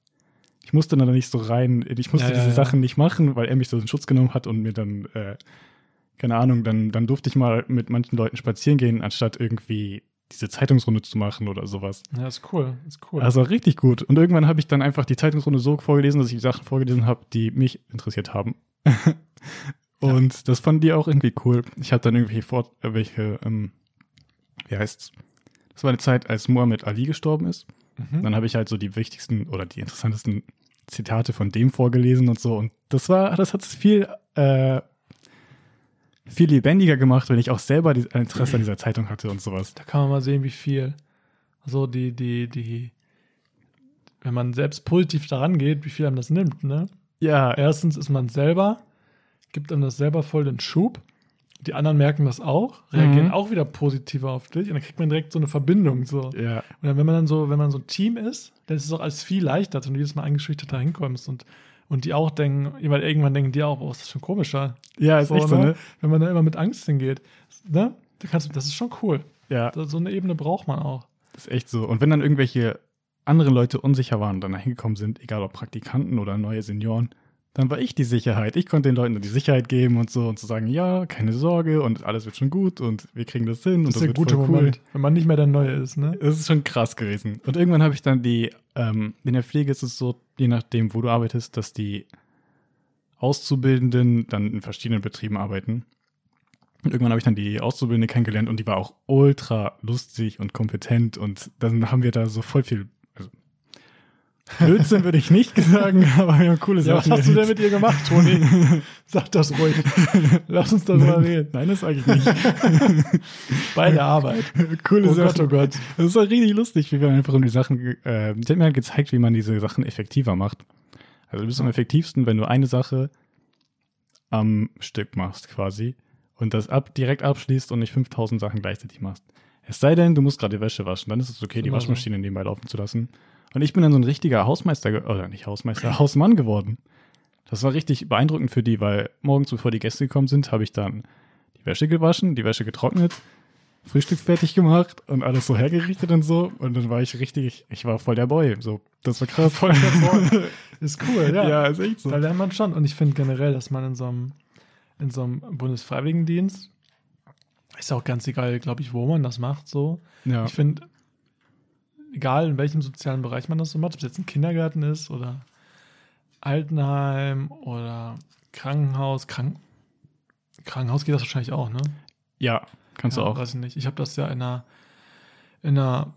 Ich musste da nicht so rein, ich musste Ja, ja, diese ja. Sachen nicht machen, weil er mich so in Schutz genommen hat und mir dann, äh, keine Ahnung, dann, dann durfte ich mal mit manchen Leuten spazieren gehen, anstatt irgendwie diese Zeitungsrunde zu machen oder sowas. Ja, ist cool. Ist cool. Das war Also richtig gut. Und irgendwann habe ich dann einfach die Zeitungsrunde so vorgelesen, dass ich die Sachen vorgelesen habe, die mich interessiert haben. [laughs] Und das fanden die auch irgendwie cool. Ich habe dann irgendwie vor, äh, welche, ähm, wie heißt's? Das war eine Zeit, als Muhammad Ali gestorben ist. Mhm. Dann habe ich halt so die wichtigsten oder die interessantesten Zitate von dem vorgelesen und so. Und das war, das hat es viel, äh, viel lebendiger gemacht, wenn ich auch selber die, ein Interesse an dieser Zeitung hatte und sowas. Da kann man mal sehen, wie viel. Also die, die, die, wenn man selbst positiv daran geht, wie viel einem das nimmt, ne? Ja, Erstens ist man selber, gibt einem das selber voll den Schub. Die anderen merken das auch, reagieren Mhm. auch wieder positiver auf dich und dann kriegt man direkt so eine Verbindung. So. Und ja, dann, wenn man dann so, wenn man so ein Team ist, dann ist es auch alles viel leichter, dass du jedes Mal eingeschüchtert da hinkommst und, und die auch denken, weil irgendwann denken die auch, boah, ist das schon komischer, ja, ist So, echt so, ne? ne? wenn man da immer mit Angst hingeht. Ne? Da kannst, du- das ist schon cool. Ja. Da- So eine Ebene braucht man auch. Das ist echt so. Und wenn dann irgendwelche anderen Leute unsicher waren und dann hingekommen sind, egal ob Praktikanten oder neue Senioren, dann war ich die Sicherheit. Ich konnte den Leuten die Sicherheit geben und so und zu sagen, ja, keine Sorge und alles wird schon gut und wir kriegen das hin und Das das, ist der wird gute voll Moment, wenn man nicht mehr der Neue ist, ne? Cool. Das ist schon krass gewesen. Und irgendwann habe ich dann die, ähm, in der Pflege ist es so, je nachdem, wo du arbeitest, dass die Auszubildenden dann in verschiedenen Betrieben arbeiten. Und irgendwann habe ich dann die Auszubildende kennengelernt und die war auch ultra lustig und kompetent und dann haben wir da so voll viel. Also, [laughs] Blödsinn würde ich nicht sagen, [laughs] aber wir haben coole Ja, was Sachen. hast du denn mit ihr gemacht, Toni? [laughs] Sag das ruhig. Lass uns darüber Nein, reden. Nein, das sage ich [laughs] nicht. Bei der Arbeit. coole Oh Sachen. [laughs] Gott, oh Gott. Das ist doch richtig lustig, wie wir einfach um die Sachen. ge- Äh, die hat mir halt gezeigt, wie man diese Sachen effektiver macht. Also du bist am effektivsten, wenn du eine Sache am Stück machst, quasi. Und das ab, direkt abschließt und nicht 5000 Sachen gleichzeitig machst. Es sei denn, du musst gerade die Wäsche waschen, dann ist es okay, die Immer so. Waschmaschine nebenbei laufen zu lassen. Und ich bin dann so ein richtiger Hausmeister, ge- oder nicht Hausmeister, [laughs] Hausmann geworden. Das war richtig beeindruckend für die, weil morgens, bevor die Gäste gekommen sind, habe ich dann die Wäsche gewaschen, die Wäsche getrocknet, Frühstück fertig gemacht und alles so hergerichtet und so. Und dann war ich richtig, ich war voll der Boy. So, das war krass. Voll Ist cool, ja. [laughs] ja. ist echt so. Da lernt man schon. Und ich finde generell, dass man in so einem, in so einem Bundesfreiwilligendienst, ist auch ganz egal, glaube ich, wo man das macht, so. Ja. Ich finde, egal in welchem sozialen Bereich man das so macht, ob es jetzt ein Kindergarten ist oder Altenheim oder Krankenhaus, Krank Krankenhaus geht das wahrscheinlich auch, ne? ja, kannst ja, du auch. Weiß ich nicht. Ich habe das ja in einer, in einer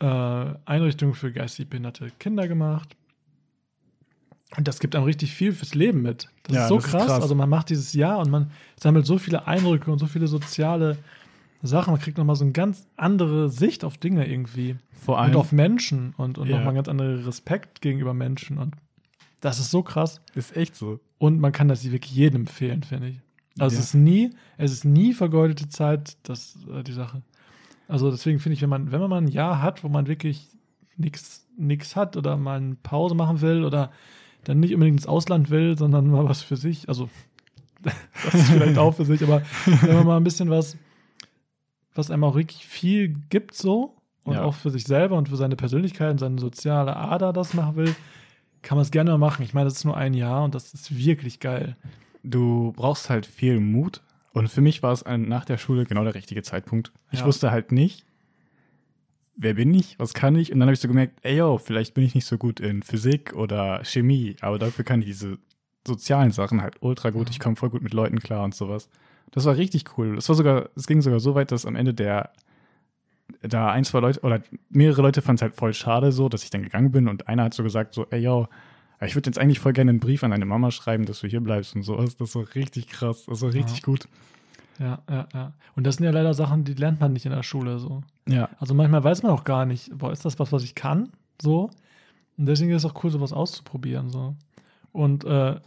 äh, Einrichtung für geistig behinderte Kinder gemacht. Und das gibt einem richtig viel fürs Leben mit. Das Ja, ist so das ist krass. krass. Also man macht dieses Jahr und man sammelt so viele Eindrücke und so viele soziale Sachen. Man kriegt nochmal so eine ganz andere Sicht auf Dinge irgendwie. Vor Und allem auf Menschen und, und Ja. nochmal ganz andere Respekt gegenüber Menschen. Und das ist so krass. ist echt so. Und man kann das wirklich jedem empfehlen, finde ich. Also Ja. es ist nie, es ist nie vergeudete Zeit, das äh, die Sache. Also deswegen finde ich, wenn man, wenn man mal ein Jahr hat, wo man wirklich nichts nix hat oder mal eine Pause machen will oder dann nicht unbedingt ins Ausland will, sondern mal was für sich, also [laughs] das ist vielleicht auch für sich, aber wenn man mal ein bisschen was, was einem auch wirklich viel gibt so und Ja. auch für sich selber und für seine Persönlichkeit und seine soziale Ader das machen will, kann man es gerne mal machen. Ich meine, das ist nur ein Jahr und das ist wirklich geil. Du brauchst halt viel Mut. Und für mich war es ein, nach der Schule genau der richtige Zeitpunkt. Ich Ja. wusste halt nicht, wer bin ich, was kann ich. Und dann habe ich so gemerkt, ey yo, vielleicht bin ich nicht so gut in Physik oder Chemie, aber dafür kann ich diese sozialen Sachen halt ultra gut. Mhm. Ich komme voll gut mit Leuten klar und sowas. Das war richtig cool. Das war sogar, es ging sogar so weit, dass am Ende der da ein, zwei Leute oder mehrere Leute fanden es halt voll schade so, dass ich dann gegangen bin und einer hat so gesagt so, ey yo, ich würde jetzt eigentlich voll gerne einen Brief an deine Mama schreiben, dass du hier bleibst und sowas. Das war richtig krass, das war richtig gut. Ja, ja, ja. Und das sind ja leider Sachen, die lernt man nicht in der Schule so. Ja, Also manchmal weiß man auch gar nicht, boah, ist das was, was ich kann? So. Und deswegen ist es auch cool, sowas auszuprobieren. So. Und äh,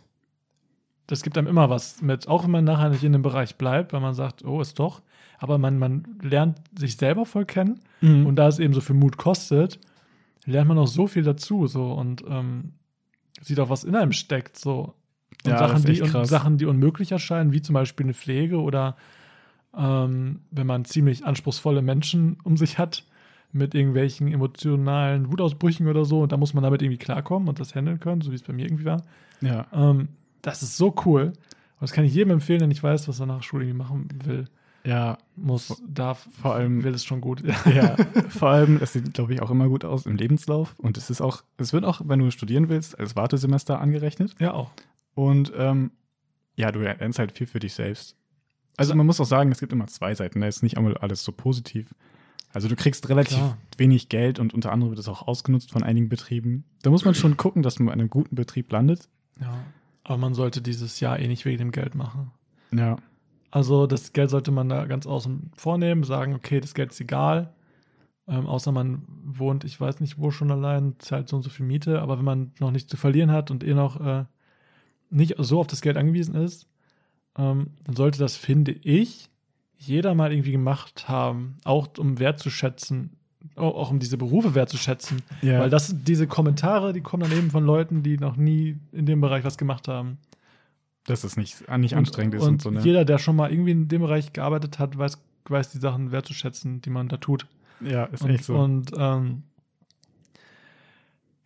das gibt einem immer was mit, auch wenn man nachher nicht in dem Bereich bleibt, weil man sagt, oh, ist doch. Aber man, man lernt sich selber voll kennen. Und und da es eben so viel Mut kostet, lernt man auch so viel dazu. So und ähm, sieht auch, was in einem steckt. So. Und, Ja, das Sachen, ist die, echt und krass. Sachen, die unmöglich erscheinen, wie zum Beispiel eine Pflege oder ähm, wenn man ziemlich anspruchsvolle Menschen um sich hat mit irgendwelchen emotionalen Wutausbrüchen oder so. Und da muss man damit irgendwie klarkommen und das handeln können, so wie es bei mir irgendwie war. ja, Ähm, das ist so cool. Und das kann ich jedem empfehlen, der nicht weiß, was er nach Schule irgendwie machen will, ja, muss, darf, vor allem will es schon gut. Ja, vor allem, das sieht, glaube ich, auch immer gut aus im Lebenslauf. Und es ist auch, es wird auch, wenn du studieren willst, als Wartesemester angerechnet. [laughs] ja, auch. Und ähm, ja, du lernst halt viel für dich selbst. Also man muss auch sagen, es gibt immer zwei Seiten. Da ist nicht einmal alles so positiv. Also du kriegst relativ Klar. wenig Geld und unter anderem wird es auch ausgenutzt von einigen Betrieben. Da muss man schon gucken, dass man in einem guten Betrieb landet. Ja. Aber man sollte dieses Jahr eh nicht wegen dem Geld machen. Ja, Also das Geld sollte man da ganz außen vornehmen, sagen, okay, das Geld ist egal. Ähm, außer man wohnt, ich weiß nicht wo schon allein, zahlt so und so viel Miete. Aber wenn man noch nichts zu verlieren hat und eh noch äh, nicht so auf das Geld angewiesen ist, ähm, dann sollte das, finde ich, jeder mal irgendwie gemacht haben. Auch um wertzuschätzen, auch, auch um diese Berufe wertzuschätzen. ja. Weil das, diese Kommentare, die kommen dann eben von Leuten, die noch nie in dem Bereich was gemacht haben. dass es nicht, ah, nicht Und- anstrengend ist und und so. Ne? Jeder, der schon mal irgendwie in dem Bereich gearbeitet hat, weiß, weiß die Sachen wertzuschätzen, die man da tut. ja, ist und, echt so. Und ähm,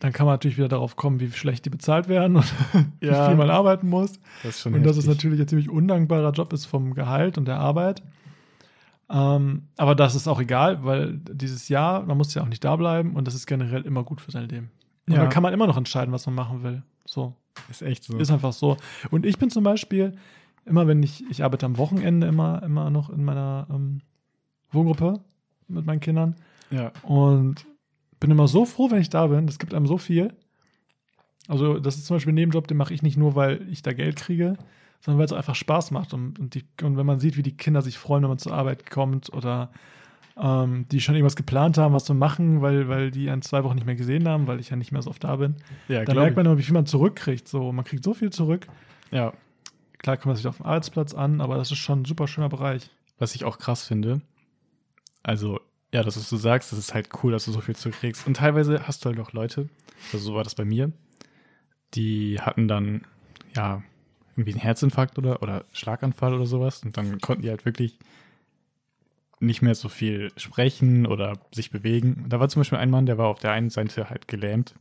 dann kann man natürlich wieder darauf kommen, wie schlecht die bezahlt werden und [laughs] wie viel man arbeiten muss. das ist schon Und dass es heftig. natürlich ein ziemlich undankbarer Job ist vom Gehalt und der Arbeit. Ähm, aber das ist auch egal, weil dieses Jahr, man muss ja auch nicht da bleiben und das ist generell immer gut für sein Leben. Und Ja. dann kann man immer noch entscheiden, was man machen will. So. ist echt so. Ist einfach so. Und ich bin zum Beispiel, immer wenn ich, ich arbeite am Wochenende immer, immer noch in meiner ähm, Wohngruppe mit meinen Kindern ja. und bin immer so froh, wenn ich da bin. Das gibt einem so viel. Also, das ist zum Beispiel ein Nebenjob, den mache ich nicht nur, weil ich da Geld kriege, sondern weil es einfach Spaß macht. Und, und, die, und wenn man sieht, wie die Kinder sich freuen, wenn man zur Arbeit kommt oder ähm, die schon irgendwas geplant haben, was zu machen, weil, weil die einen zwei Wochen nicht mehr gesehen haben, weil ich ja nicht mehr so oft da bin. ja, Da glaub merkt man immer, wie viel man zurückkriegt. So, man kriegt so viel zurück. ich. ja, Klar kommt das wieder auf dem Arbeitsplatz an, aber das ist schon ein super schöner Bereich. was ich auch krass finde. Also, ja, das, was du sagst, das ist halt cool, dass du so viel zurückkriegst. Und teilweise hast du halt auch Leute, also so war das bei mir, die hatten dann, ja, irgendwie einen Herzinfarkt oder, oder Schlaganfall oder sowas. Und dann konnten die halt wirklich nicht mehr so viel sprechen oder sich bewegen. Da war zum Beispiel ein Mann, der war auf der einen Seite halt gelähmt.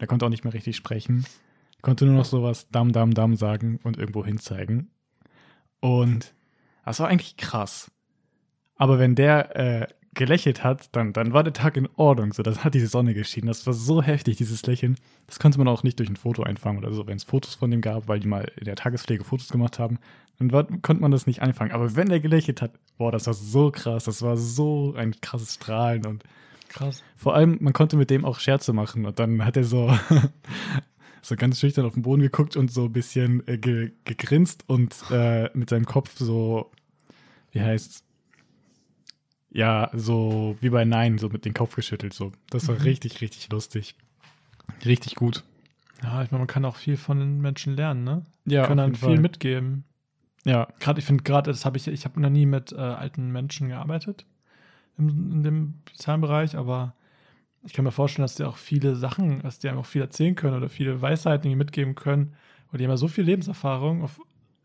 Der konnte auch nicht mehr richtig sprechen. Konnte nur noch sowas Dam, Dam, Dam sagen und irgendwo hinzeigen. Und das war eigentlich krass. Aber wenn der äh, gelächelt hat, dann, dann war der Tag in Ordnung. So, das hat die Sonne geschienen. Das war so heftig, dieses Lächeln. Das konnte man auch nicht durch ein Foto einfangen oder so, wenn es Fotos von dem gab, weil die mal in der Tagespflege Fotos gemacht haben. Dann war, konnte man das nicht einfangen. Aber wenn der gelächelt hat, boah, das war so krass. Das war so ein krasses Strahlen und Krass. vor allem, man konnte mit dem auch Scherze machen und dann hat er so [laughs] so ganz schüchtern auf den Boden geguckt und so ein bisschen äh, ge gegrinst und äh, mit seinem Kopf so, wie heißt's? Ja, so wie bei Nein, so mit dem Kopf geschüttelt. So. Das war Mhm. richtig, richtig lustig. Richtig gut. Ja, ich meine, man kann auch viel von den Menschen lernen, ne? Ja, Können auf dann jeden viel Fall. mitgeben. Ja, Gerade, ich finde gerade, das habe ich, ich habe noch nie mit äh, alten Menschen gearbeitet im, in dem Zahnbereich, aber ich kann mir vorstellen, dass die auch viele Sachen, dass die einem auch viel erzählen können oder viele Weisheiten die mitgeben können. Und die haben ja so viel Lebenserfahrung auf,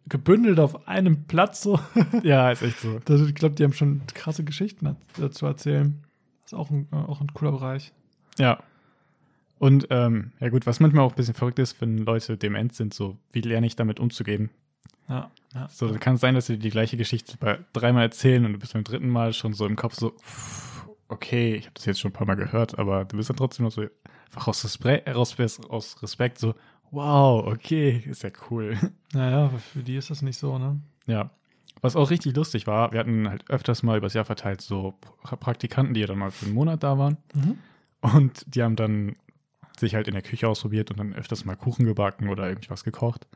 gebündelt auf einem Platz. So. [laughs] ja, ist echt so. Das, ich glaube, die haben schon krasse Geschichten äh, zu erzählen. Das ist auch ein, äh, auch ein cooler Bereich. Ja. Und ähm, ja gut, was manchmal auch ein bisschen verrückt ist, wenn Leute dement sind, so wie lerne ich damit umzugehen? Ja, ja. So dann kann es sein, dass sie die gleiche Geschichte bei dreimal erzählen und du bist beim dritten Mal schon so im Kopf so, pff, okay, ich habe das jetzt schon ein paar Mal gehört, aber du bist dann trotzdem noch so einfach aus Respekt, aus, aus Respekt so, wow, okay, ist ja cool. [laughs] Naja, für die ist das nicht so, ne? Ja. Was auch richtig lustig war, wir hatten halt öfters mal übers Jahr verteilt so pra Praktikanten, die ja dann mal für einen Monat da waren. Mhm. Und die haben dann sich halt in der Küche ausprobiert und dann öfters mal Kuchen gebacken oder irgendwas gekocht.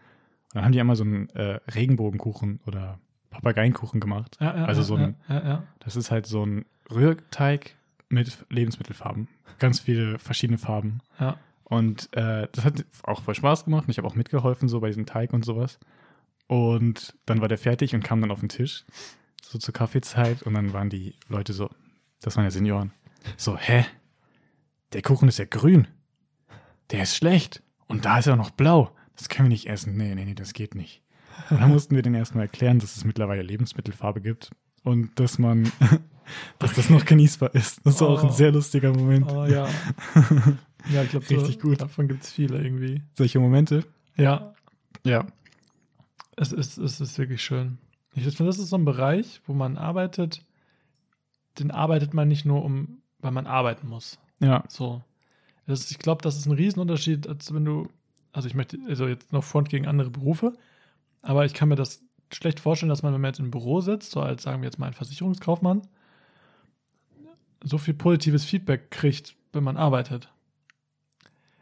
Und dann haben die einmal so einen äh, Regenbogenkuchen oder Papageienkuchen gemacht. Ja, ja, Also ja, so ja, ein- ja, ja. Das ist halt so ein Rührteig mit Lebensmittelfarben. Ganz viele verschiedene Farben. Ja. Und äh, das hat auch voll Spaß gemacht. Und ich habe auch mitgeholfen, so bei diesem Teig und sowas. Und dann war der fertig und kam dann auf den Tisch, so zur Kaffeezeit. Und dann waren die Leute so, das waren ja Senioren, so, hä? Der Kuchen ist ja grün. Der ist schlecht. Und da ist er auch noch blau. Das können wir nicht essen. Nee, nee, nee, das geht nicht. Und dann mussten wir denen erstmal erklären, dass es mittlerweile Lebensmittelfarbe gibt und dass man, [laughs] dass das noch genießbar ist. Das war auch ein Oh. sehr lustiger Moment. Oh ja. [laughs] ja, ich glaube, so, Richtig gut. davon gibt es viele irgendwie. Solche Momente. Ja, Ja. es ist, es ist wirklich schön. Ich finde, das ist so ein Bereich, wo man arbeitet, den arbeitet man nicht nur um, weil man arbeiten muss. Ja, So. Das ist, ich glaube, das ist ein Riesenunterschied, als wenn du, also ich möchte, also jetzt noch Front gegen andere Berufe, aber ich kann mir das schlecht vorstellen, dass man, wenn man jetzt im Büro sitzt, so als sagen wir jetzt mal ein Versicherungskaufmann, so viel positives Feedback kriegt, wenn man arbeitet.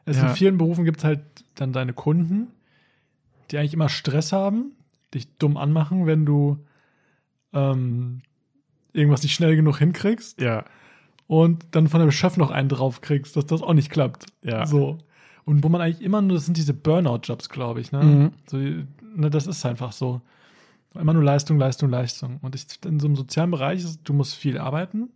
Es Ja. In vielen Berufen gibt es halt dann deine Kunden, die eigentlich immer Stress haben, dich dumm anmachen, wenn du ähm, irgendwas nicht schnell genug hinkriegst ja, und dann von deinem Chef noch einen drauf kriegst, dass das auch nicht klappt. ja. So. Und wo man eigentlich immer nur, das sind diese Burnout-Jobs, glaube ich. Ne? Mhm. So, die- ne, das ist einfach so. Immer nur Leistung, Leistung, Leistung. Und ich, in so einem sozialen Bereich, ist, du musst viel arbeiten.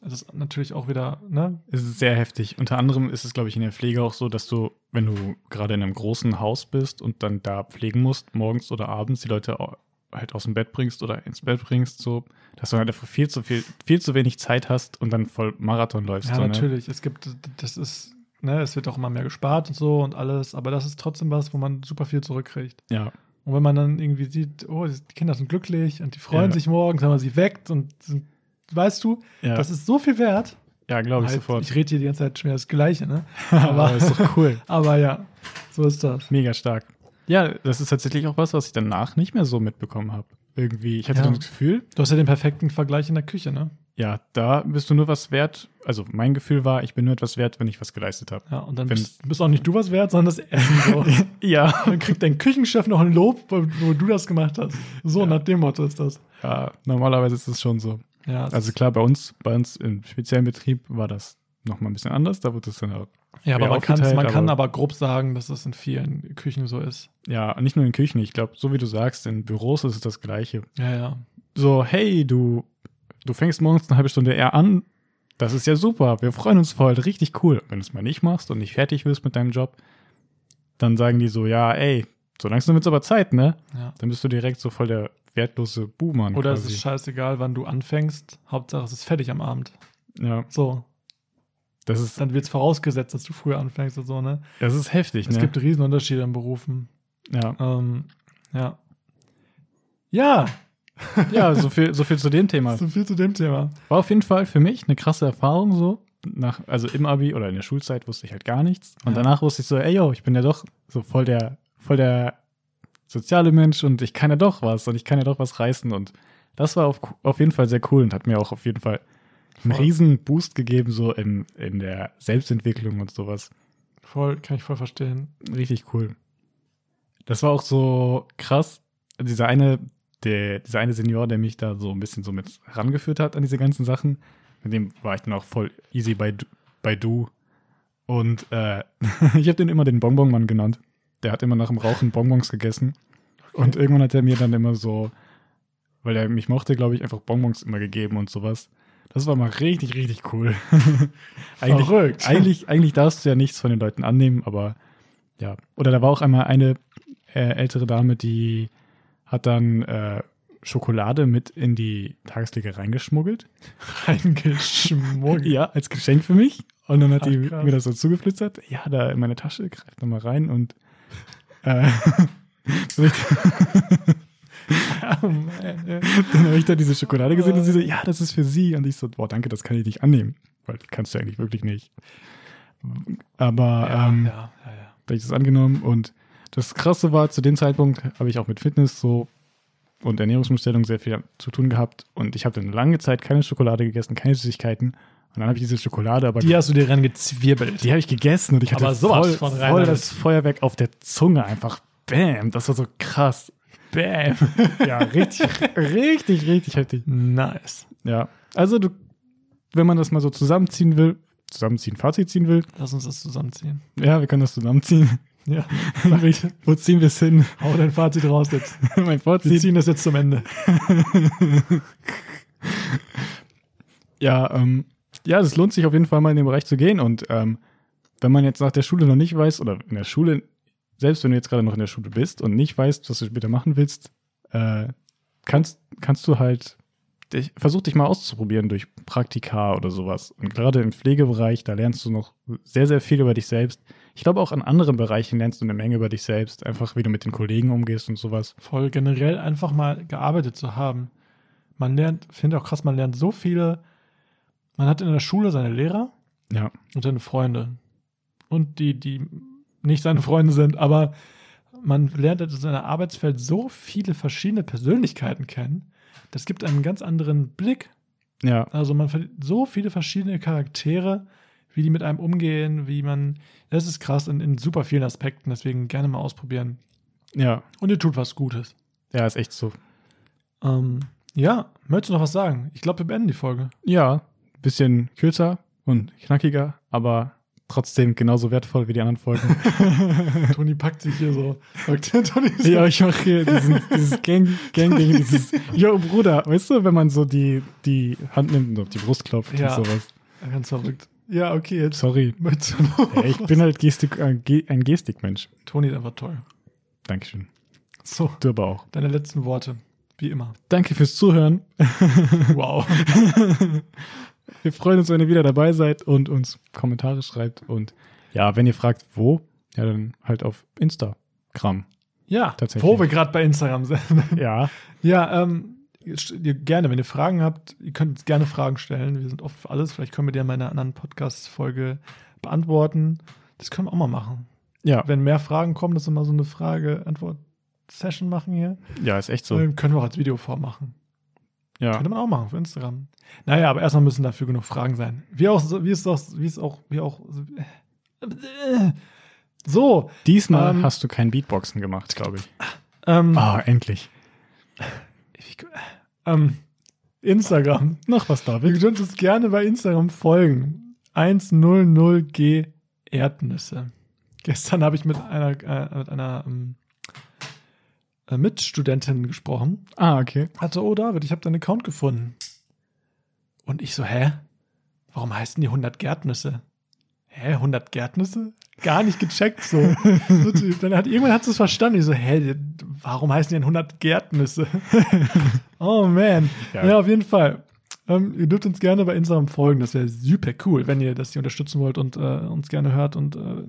Das ist natürlich auch wieder, ne? Es ist sehr heftig. Unter anderem ist es, glaube ich, in der Pflege auch so, dass du, wenn du gerade in einem großen Haus bist und dann da pflegen musst, morgens oder abends die Leute au- halt aus dem Bett bringst oder ins Bett bringst, so, dass du halt einfach viel zu viel, viel zu wenig Zeit hast und dann voll Marathon läufst. Ja, so, ne? natürlich. Es gibt, das ist, ne, es wird auch immer mehr gespart und so und alles. Aber das ist trotzdem was, wo man super viel zurückkriegt. Ja, Und wenn man dann irgendwie sieht, oh, die Kinder sind glücklich und die freuen Ja. sich morgens, wenn man sie weckt und sind, weißt du, ja, das ist so viel wert. ja glaube ich Halt, sofort. [laughs] Ich rede hier die ganze Zeit schon wieder das Gleiche, ne? Aber, ist doch cool. [laughs] aber ja, so ist das. Mega stark. Ja, das ist tatsächlich auch was, was ich danach nicht mehr so mitbekommen habe. Irgendwie, ich hatte Ja. dann das Gefühl, Du hast ja den perfekten Vergleich in der Küche, ne? ja, da bist du nur was wert. Also mein Gefühl war, ich bin nur etwas wert, wenn ich was geleistet habe. Ja, und dann Wenn- bist, bist auch nicht du was wert, sondern das Essen [laughs] so. Ja. dann kriegt dein Küchenchef noch ein Lob, wo, wo du das gemacht hast. So, Ja. nach dem Motto ist das. Ja, normalerweise ist es schon so. Ja, es Also ist- klar, bei uns, bei uns im speziellen Betrieb war das nochmal ein bisschen anders. Da wurde es dann auch, ja aber ja, man, kann's- man aufgeteilt, kann aber- aber grob sagen, dass es in vielen Küchen so ist. ja, nicht nur in Küchen. Ich glaube, so wie du sagst, in Büros ist es das Gleiche. Ja, ja. So, hey, du, du fängst morgens eine halbe Stunde eher an. Das ist ja super. Wir freuen uns voll. Richtig cool. Wenn du es mal nicht machst und nicht fertig wirst mit deinem Job, dann sagen die so, ja, ey, so langsam wird's aber Zeit, ne? ja. Dann bist du direkt so voll der wertlose Buhmann. Oder es quasi. ist scheißegal, wann du anfängst. Hauptsache, es ist fertig am Abend. Ja, So, das ist, dann wird es vorausgesetzt, dass du früher anfängst und so, ne? das ist heftig, Es ne? gibt Riesenunterschiede in Berufen. ja. Ähm, ja. Ja, ja, so viel, so viel zu dem Thema. so viel zu dem Thema. War auf jeden Fall für mich eine krasse Erfahrung so. Nach, also im Abi oder in der Schulzeit wusste ich halt gar nichts. Und Ja. danach wusste ich so, ey yo, ich bin ja doch so voll der, voll der soziale Mensch und ich kann ja doch was und ich kann ja doch was reißen. Und das war auf, auf jeden Fall sehr cool und hat mir auch auf jeden Fall einen Voll. riesen Boost gegeben, so in, in der Selbstentwicklung und sowas. Voll, kann ich voll verstehen. Richtig cool. Das war auch so krass. Dieser eine, der, dieser eine Senior, der mich da so ein bisschen so mit herangeführt hat an diese ganzen Sachen, mit dem war ich dann auch voll easy bei, Du- bei Du. Und äh, [laughs] ich habe den immer den Bonbonmann genannt. Der hat immer nach dem Rauchen Bonbons gegessen. Und irgendwann hat er mir dann immer so, weil er mich mochte, glaube ich, einfach Bonbons immer gegeben und sowas. Das war mal richtig, richtig cool. [laughs] eigentlich, [laughs] Verrückt. eigentlich, eigentlich darfst du ja nichts von den Leuten annehmen, aber ja. Oder da war auch einmal eine äh, ältere Dame, die hat dann äh, Schokolade mit in die Tagesliga reingeschmuggelt. Reingeschmuggelt. Ja, als Geschenk für mich. Und dann hat Ach, die krass. mir das so zugeflüstert. Ja, da in meine Tasche, greift da mal rein und äh, [laughs] Oh, man, ey. dann habe ich da diese Schokolade gesehen und sie so, ja, das ist für sie. Und ich so, boah, danke, das kann ich nicht annehmen. Weil kannst du eigentlich wirklich nicht. Aber ja, ähm, ja, ja, ja. habe ich das angenommen und das Krasse war, zu dem Zeitpunkt habe ich auch mit Fitness so und Ernährungsumstellung sehr viel zu tun gehabt und ich habe dann lange Zeit keine Schokolade gegessen, keine Süßigkeiten und dann habe ich diese Schokolade, aber Die hast du dir rangezwirbelt. die habe ich gegessen und ich hatte Aber sowas voll, von rein voll damit. das Feuerwerk auf der Zunge einfach. Bam, das war so krass. Bam. Ja, richtig, [laughs] richtig, richtig heftig. Nice. Ja, also du, wenn man das mal so zusammenziehen will, zusammenziehen, Fazit ziehen will, Lass uns das zusammenziehen. ja, wir können das [laughs] zusammenziehen. Ja. Wo ziehen wir es hin? Hau dein Fazit raus jetzt. mein Wir Fazit. ziehen das jetzt zum Ende. Ja, ähm, ja, es lohnt sich auf jeden Fall mal in den Bereich zu gehen. Und ähm, wenn man jetzt nach der Schule noch nicht weiß, oder in der Schule, selbst wenn du jetzt gerade noch in der Schule bist und nicht weißt, was du später machen willst, äh, kannst, kannst du halt dich, versuch dich mal auszuprobieren durch Praktika oder sowas. Und gerade im Pflegebereich, da lernst du noch sehr, sehr viel über dich selbst. Ich glaube, auch in anderen Bereichen lernst du eine Menge über dich selbst, einfach wie du mit den Kollegen umgehst und sowas. Voll generell einfach mal gearbeitet zu haben. Man lernt, finde auch krass, man lernt so viele. Man hat in der Schule seine Lehrer Ja. und seine Freunde. Und die, die nicht seine Freunde sind, aber man lernt in seinem Arbeitsfeld so viele verschiedene Persönlichkeiten kennen. Das gibt einem einen ganz anderen Blick Ja, Also man verliert so viele verschiedene Charaktere, wie die mit einem umgehen, wie man. Das ist krass in, in super vielen Aspekten, deswegen gerne mal ausprobieren. ja, Und ihr tut was Gutes. ja, ist echt so. Ähm, ja, möchtest du noch was sagen? Ich glaube, wir beenden die [laughs] Folge. Ja, bisschen kürzer und knackiger, aber trotzdem genauso wertvoll wie die anderen Folgen. Toni packt sich hier so. Toni ist ja, ich mache hier diesen, dieses Gang, Gang Ding, dieses Yo Bruder, weißt du, wenn man so die, die Hand nimmt und auf die Brust klopft Ja. und sowas. ganz verrückt. Ja, okay, jetzt Sorry. möchtest du noch. Ja, ich bin halt Gestik, äh, Ge ein Gestikmensch. Toni ist einfach toll. Dankeschön. So, Du aber auch. deine letzten Worte. [laughs] Wie immer. Danke fürs Zuhören. Wow. Wir freuen uns, wenn ihr wieder dabei seid und uns Kommentare schreibt. Und ja, wenn ihr fragt, wo, ja, dann halt auf Instagram. Ja, Tatsächlich. wo wir gerade bei Instagram sind. [laughs] Ja, Ja, ähm, st- ihr- gerne, wenn ihr Fragen habt, ihr könnt uns gerne Fragen stellen. Wir sind offen für alles. Vielleicht können wir die in meiner anderen Podcast-Folge beantworten. Das können wir auch mal machen. ja, Wenn mehr Fragen kommen, dass wir mal so eine Frage-Antwort-Session machen hier, ja, ist echt so. dann Ähm, können wir auch als Video vormachen. Ja, Könnte man auch machen für Instagram. Naja, aber erstmal müssen dafür genug Fragen sein. Wie auch, so- wie es auch, wie es auch, wie auch. So, Diesmal Ähm, hast du kein Beatboxen gemacht, glaube ich. ähm, Ah, endlich. ich, ähm, Instagram. Noch was, Ihr David? könnt uns gerne bei Instagram folgen. 100G Erdnüsse. Gestern habe ich mit einer, äh, mit einer ähm, äh, Mitstudentin gesprochen. Ah, okay. Hatte, oh David, ich habe deinen Account gefunden. Und ich so, hä? Warum heißen die 100 Gärtnüsse? Hä, 100 Gärtnüsse? Gar nicht gecheckt so. so typ. Dann hat, irgendwann hat sie es verstanden. Ich so, hä, warum heißen die denn 100 Gärtnüsse? oh man. Ja. Ja, auf jeden Fall. Ähm, ihr dürft uns gerne bei Instagram folgen. Das wäre super cool, wenn ihr das hier unterstützen wollt und äh, uns gerne hört. Und äh,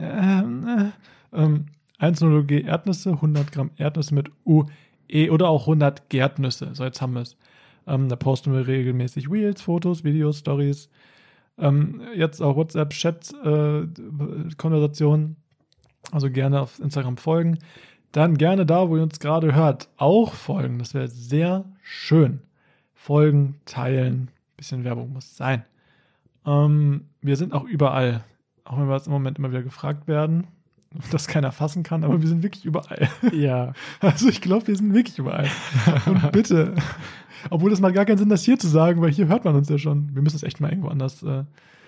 äh, äh, ähm, 1,0 G Erdnüsse, 100 Gramm Erdnüsse mit UE oder auch 100 Gärtnüsse. So, jetzt haben wir es. Ähm, da posten wir regelmäßig Reels, Fotos, Videos, Stories. Ähm, jetzt auch WhatsApp, Chat, äh, Konversationen. Also gerne auf Instagram folgen. Dann gerne da, wo ihr uns gerade hört, auch folgen. Das wäre sehr schön. Folgen, teilen. Bisschen Werbung muss sein. Ähm, wir sind auch überall. auch wenn wir jetzt im Moment immer wieder gefragt werden, [laughs] dass keiner fassen kann, aber wir sind wirklich überall. [laughs] Ja. Also ich glaube, wir sind wirklich überall. Und bitte. Obwohl das macht gar keinen Sinn, das hier zu sagen, weil hier hört man uns ja schon. Wir müssen es echt mal irgendwo anders, äh,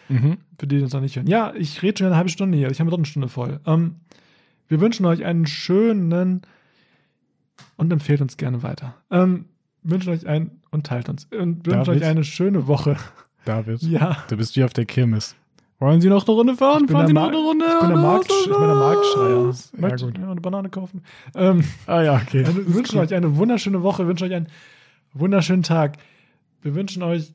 Mhm. für die, die uns noch nicht hören. Ja, ich rede schon eine halbe Stunde hier. Ich habe doch eine Stunde voll. Ähm, wir wünschen euch einen schönen und empfehlt uns gerne weiter. Ähm, wünschen euch einen und teilt uns. Und wünschen Darf euch ich? eine [laughs] schöne Woche. David, Ja. du bist wie auf der Kirmes. Wollen Sie noch eine Runde fahren? Ich bin fahren der Sie Mar- noch eine Runde? Ich bin der, Markt, ich bin der Marktschreier. Ja, Möchtest du gut. mir eine Banane kaufen? Ähm, Ah ja, okay. Also, wir wünschen euch eine wunderschöne Woche, wünschen euch einen wunderschönen Tag. Wir wünschen euch.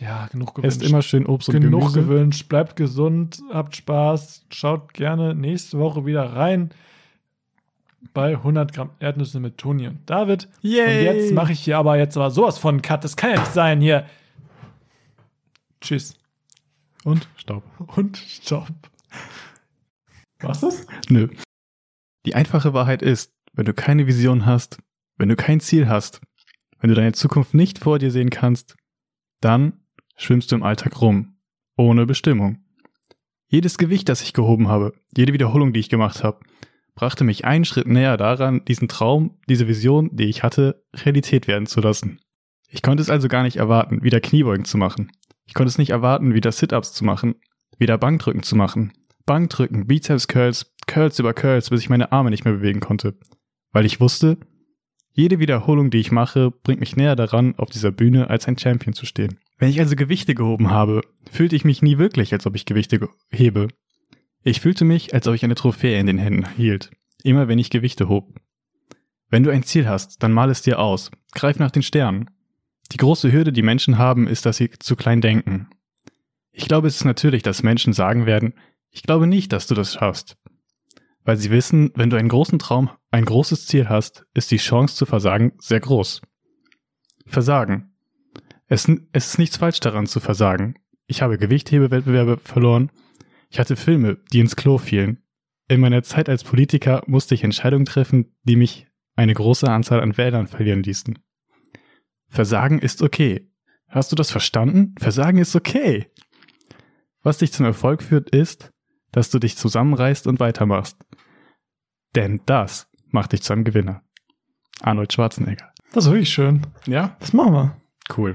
Ja, genug gewünscht. Esst immer schön Obst und genug Gemüse. gewünscht. Bleibt gesund, habt Spaß, schaut gerne nächste Woche wieder rein bei 100 Gramm Erdnüsse mit Toni und David. Und jetzt mache ich hier aber jetzt aber sowas von einen Cut. Das kann ja nicht sein hier. Tschüss Und Staub. und stopp. Was das? Nö. Die einfache Wahrheit ist, wenn du keine Vision hast, wenn du kein Ziel hast, wenn du deine Zukunft nicht vor dir sehen kannst, dann schwimmst du im Alltag rum, ohne Bestimmung. Jedes Gewicht, das ich gehoben habe, jede Wiederholung, die ich gemacht habe, brachte mich einen Schritt näher daran, diesen Traum, diese Vision, die ich hatte, Realität werden zu lassen. Ich konnte es also gar nicht erwarten, wieder Kniebeugen zu machen. Ich konnte es nicht erwarten, wieder Sit-ups zu machen, wieder Bankdrücken zu machen. Bankdrücken, Bizeps Curls, Curls über Curls, bis ich meine Arme nicht mehr bewegen konnte. Weil ich wusste, jede Wiederholung, die ich mache, bringt mich näher daran, auf dieser Bühne als ein Champion zu stehen. Wenn ich also Gewichte gehoben habe, fühlte ich mich nie wirklich, als ob ich Gewichte ge- hebe. Ich fühlte mich, als ob ich eine Trophäe in den Händen hielt, immer wenn ich Gewichte hob. Wenn du ein Ziel hast, dann mal es dir aus, greif nach den Sternen. Die große Hürde, die Menschen haben, ist, dass sie zu klein denken. Ich glaube, es ist natürlich, dass Menschen sagen werden, ich glaube nicht, dass du das schaffst. Weil sie wissen, wenn du einen großen Traum, ein großes Ziel hast, ist die Chance zu versagen sehr groß. Versagen. Es, n- es ist nichts falsch daran zu versagen. Ich habe Gewichthebewettbewerbe verloren. Ich hatte Filme, die ins Klo fielen. In meiner Zeit als Politiker musste ich Entscheidungen treffen, die mich eine große Anzahl an Wählern verlieren ließen. Versagen ist okay. Hast du das verstanden? Versagen ist okay. Was dich zum Erfolg führt, ist, dass du dich zusammenreißt und weitermachst. Denn das macht dich zu einem Gewinner. Arnold Schwarzenegger. Das ist wirklich schön. Ja? Das machen wir. Cool.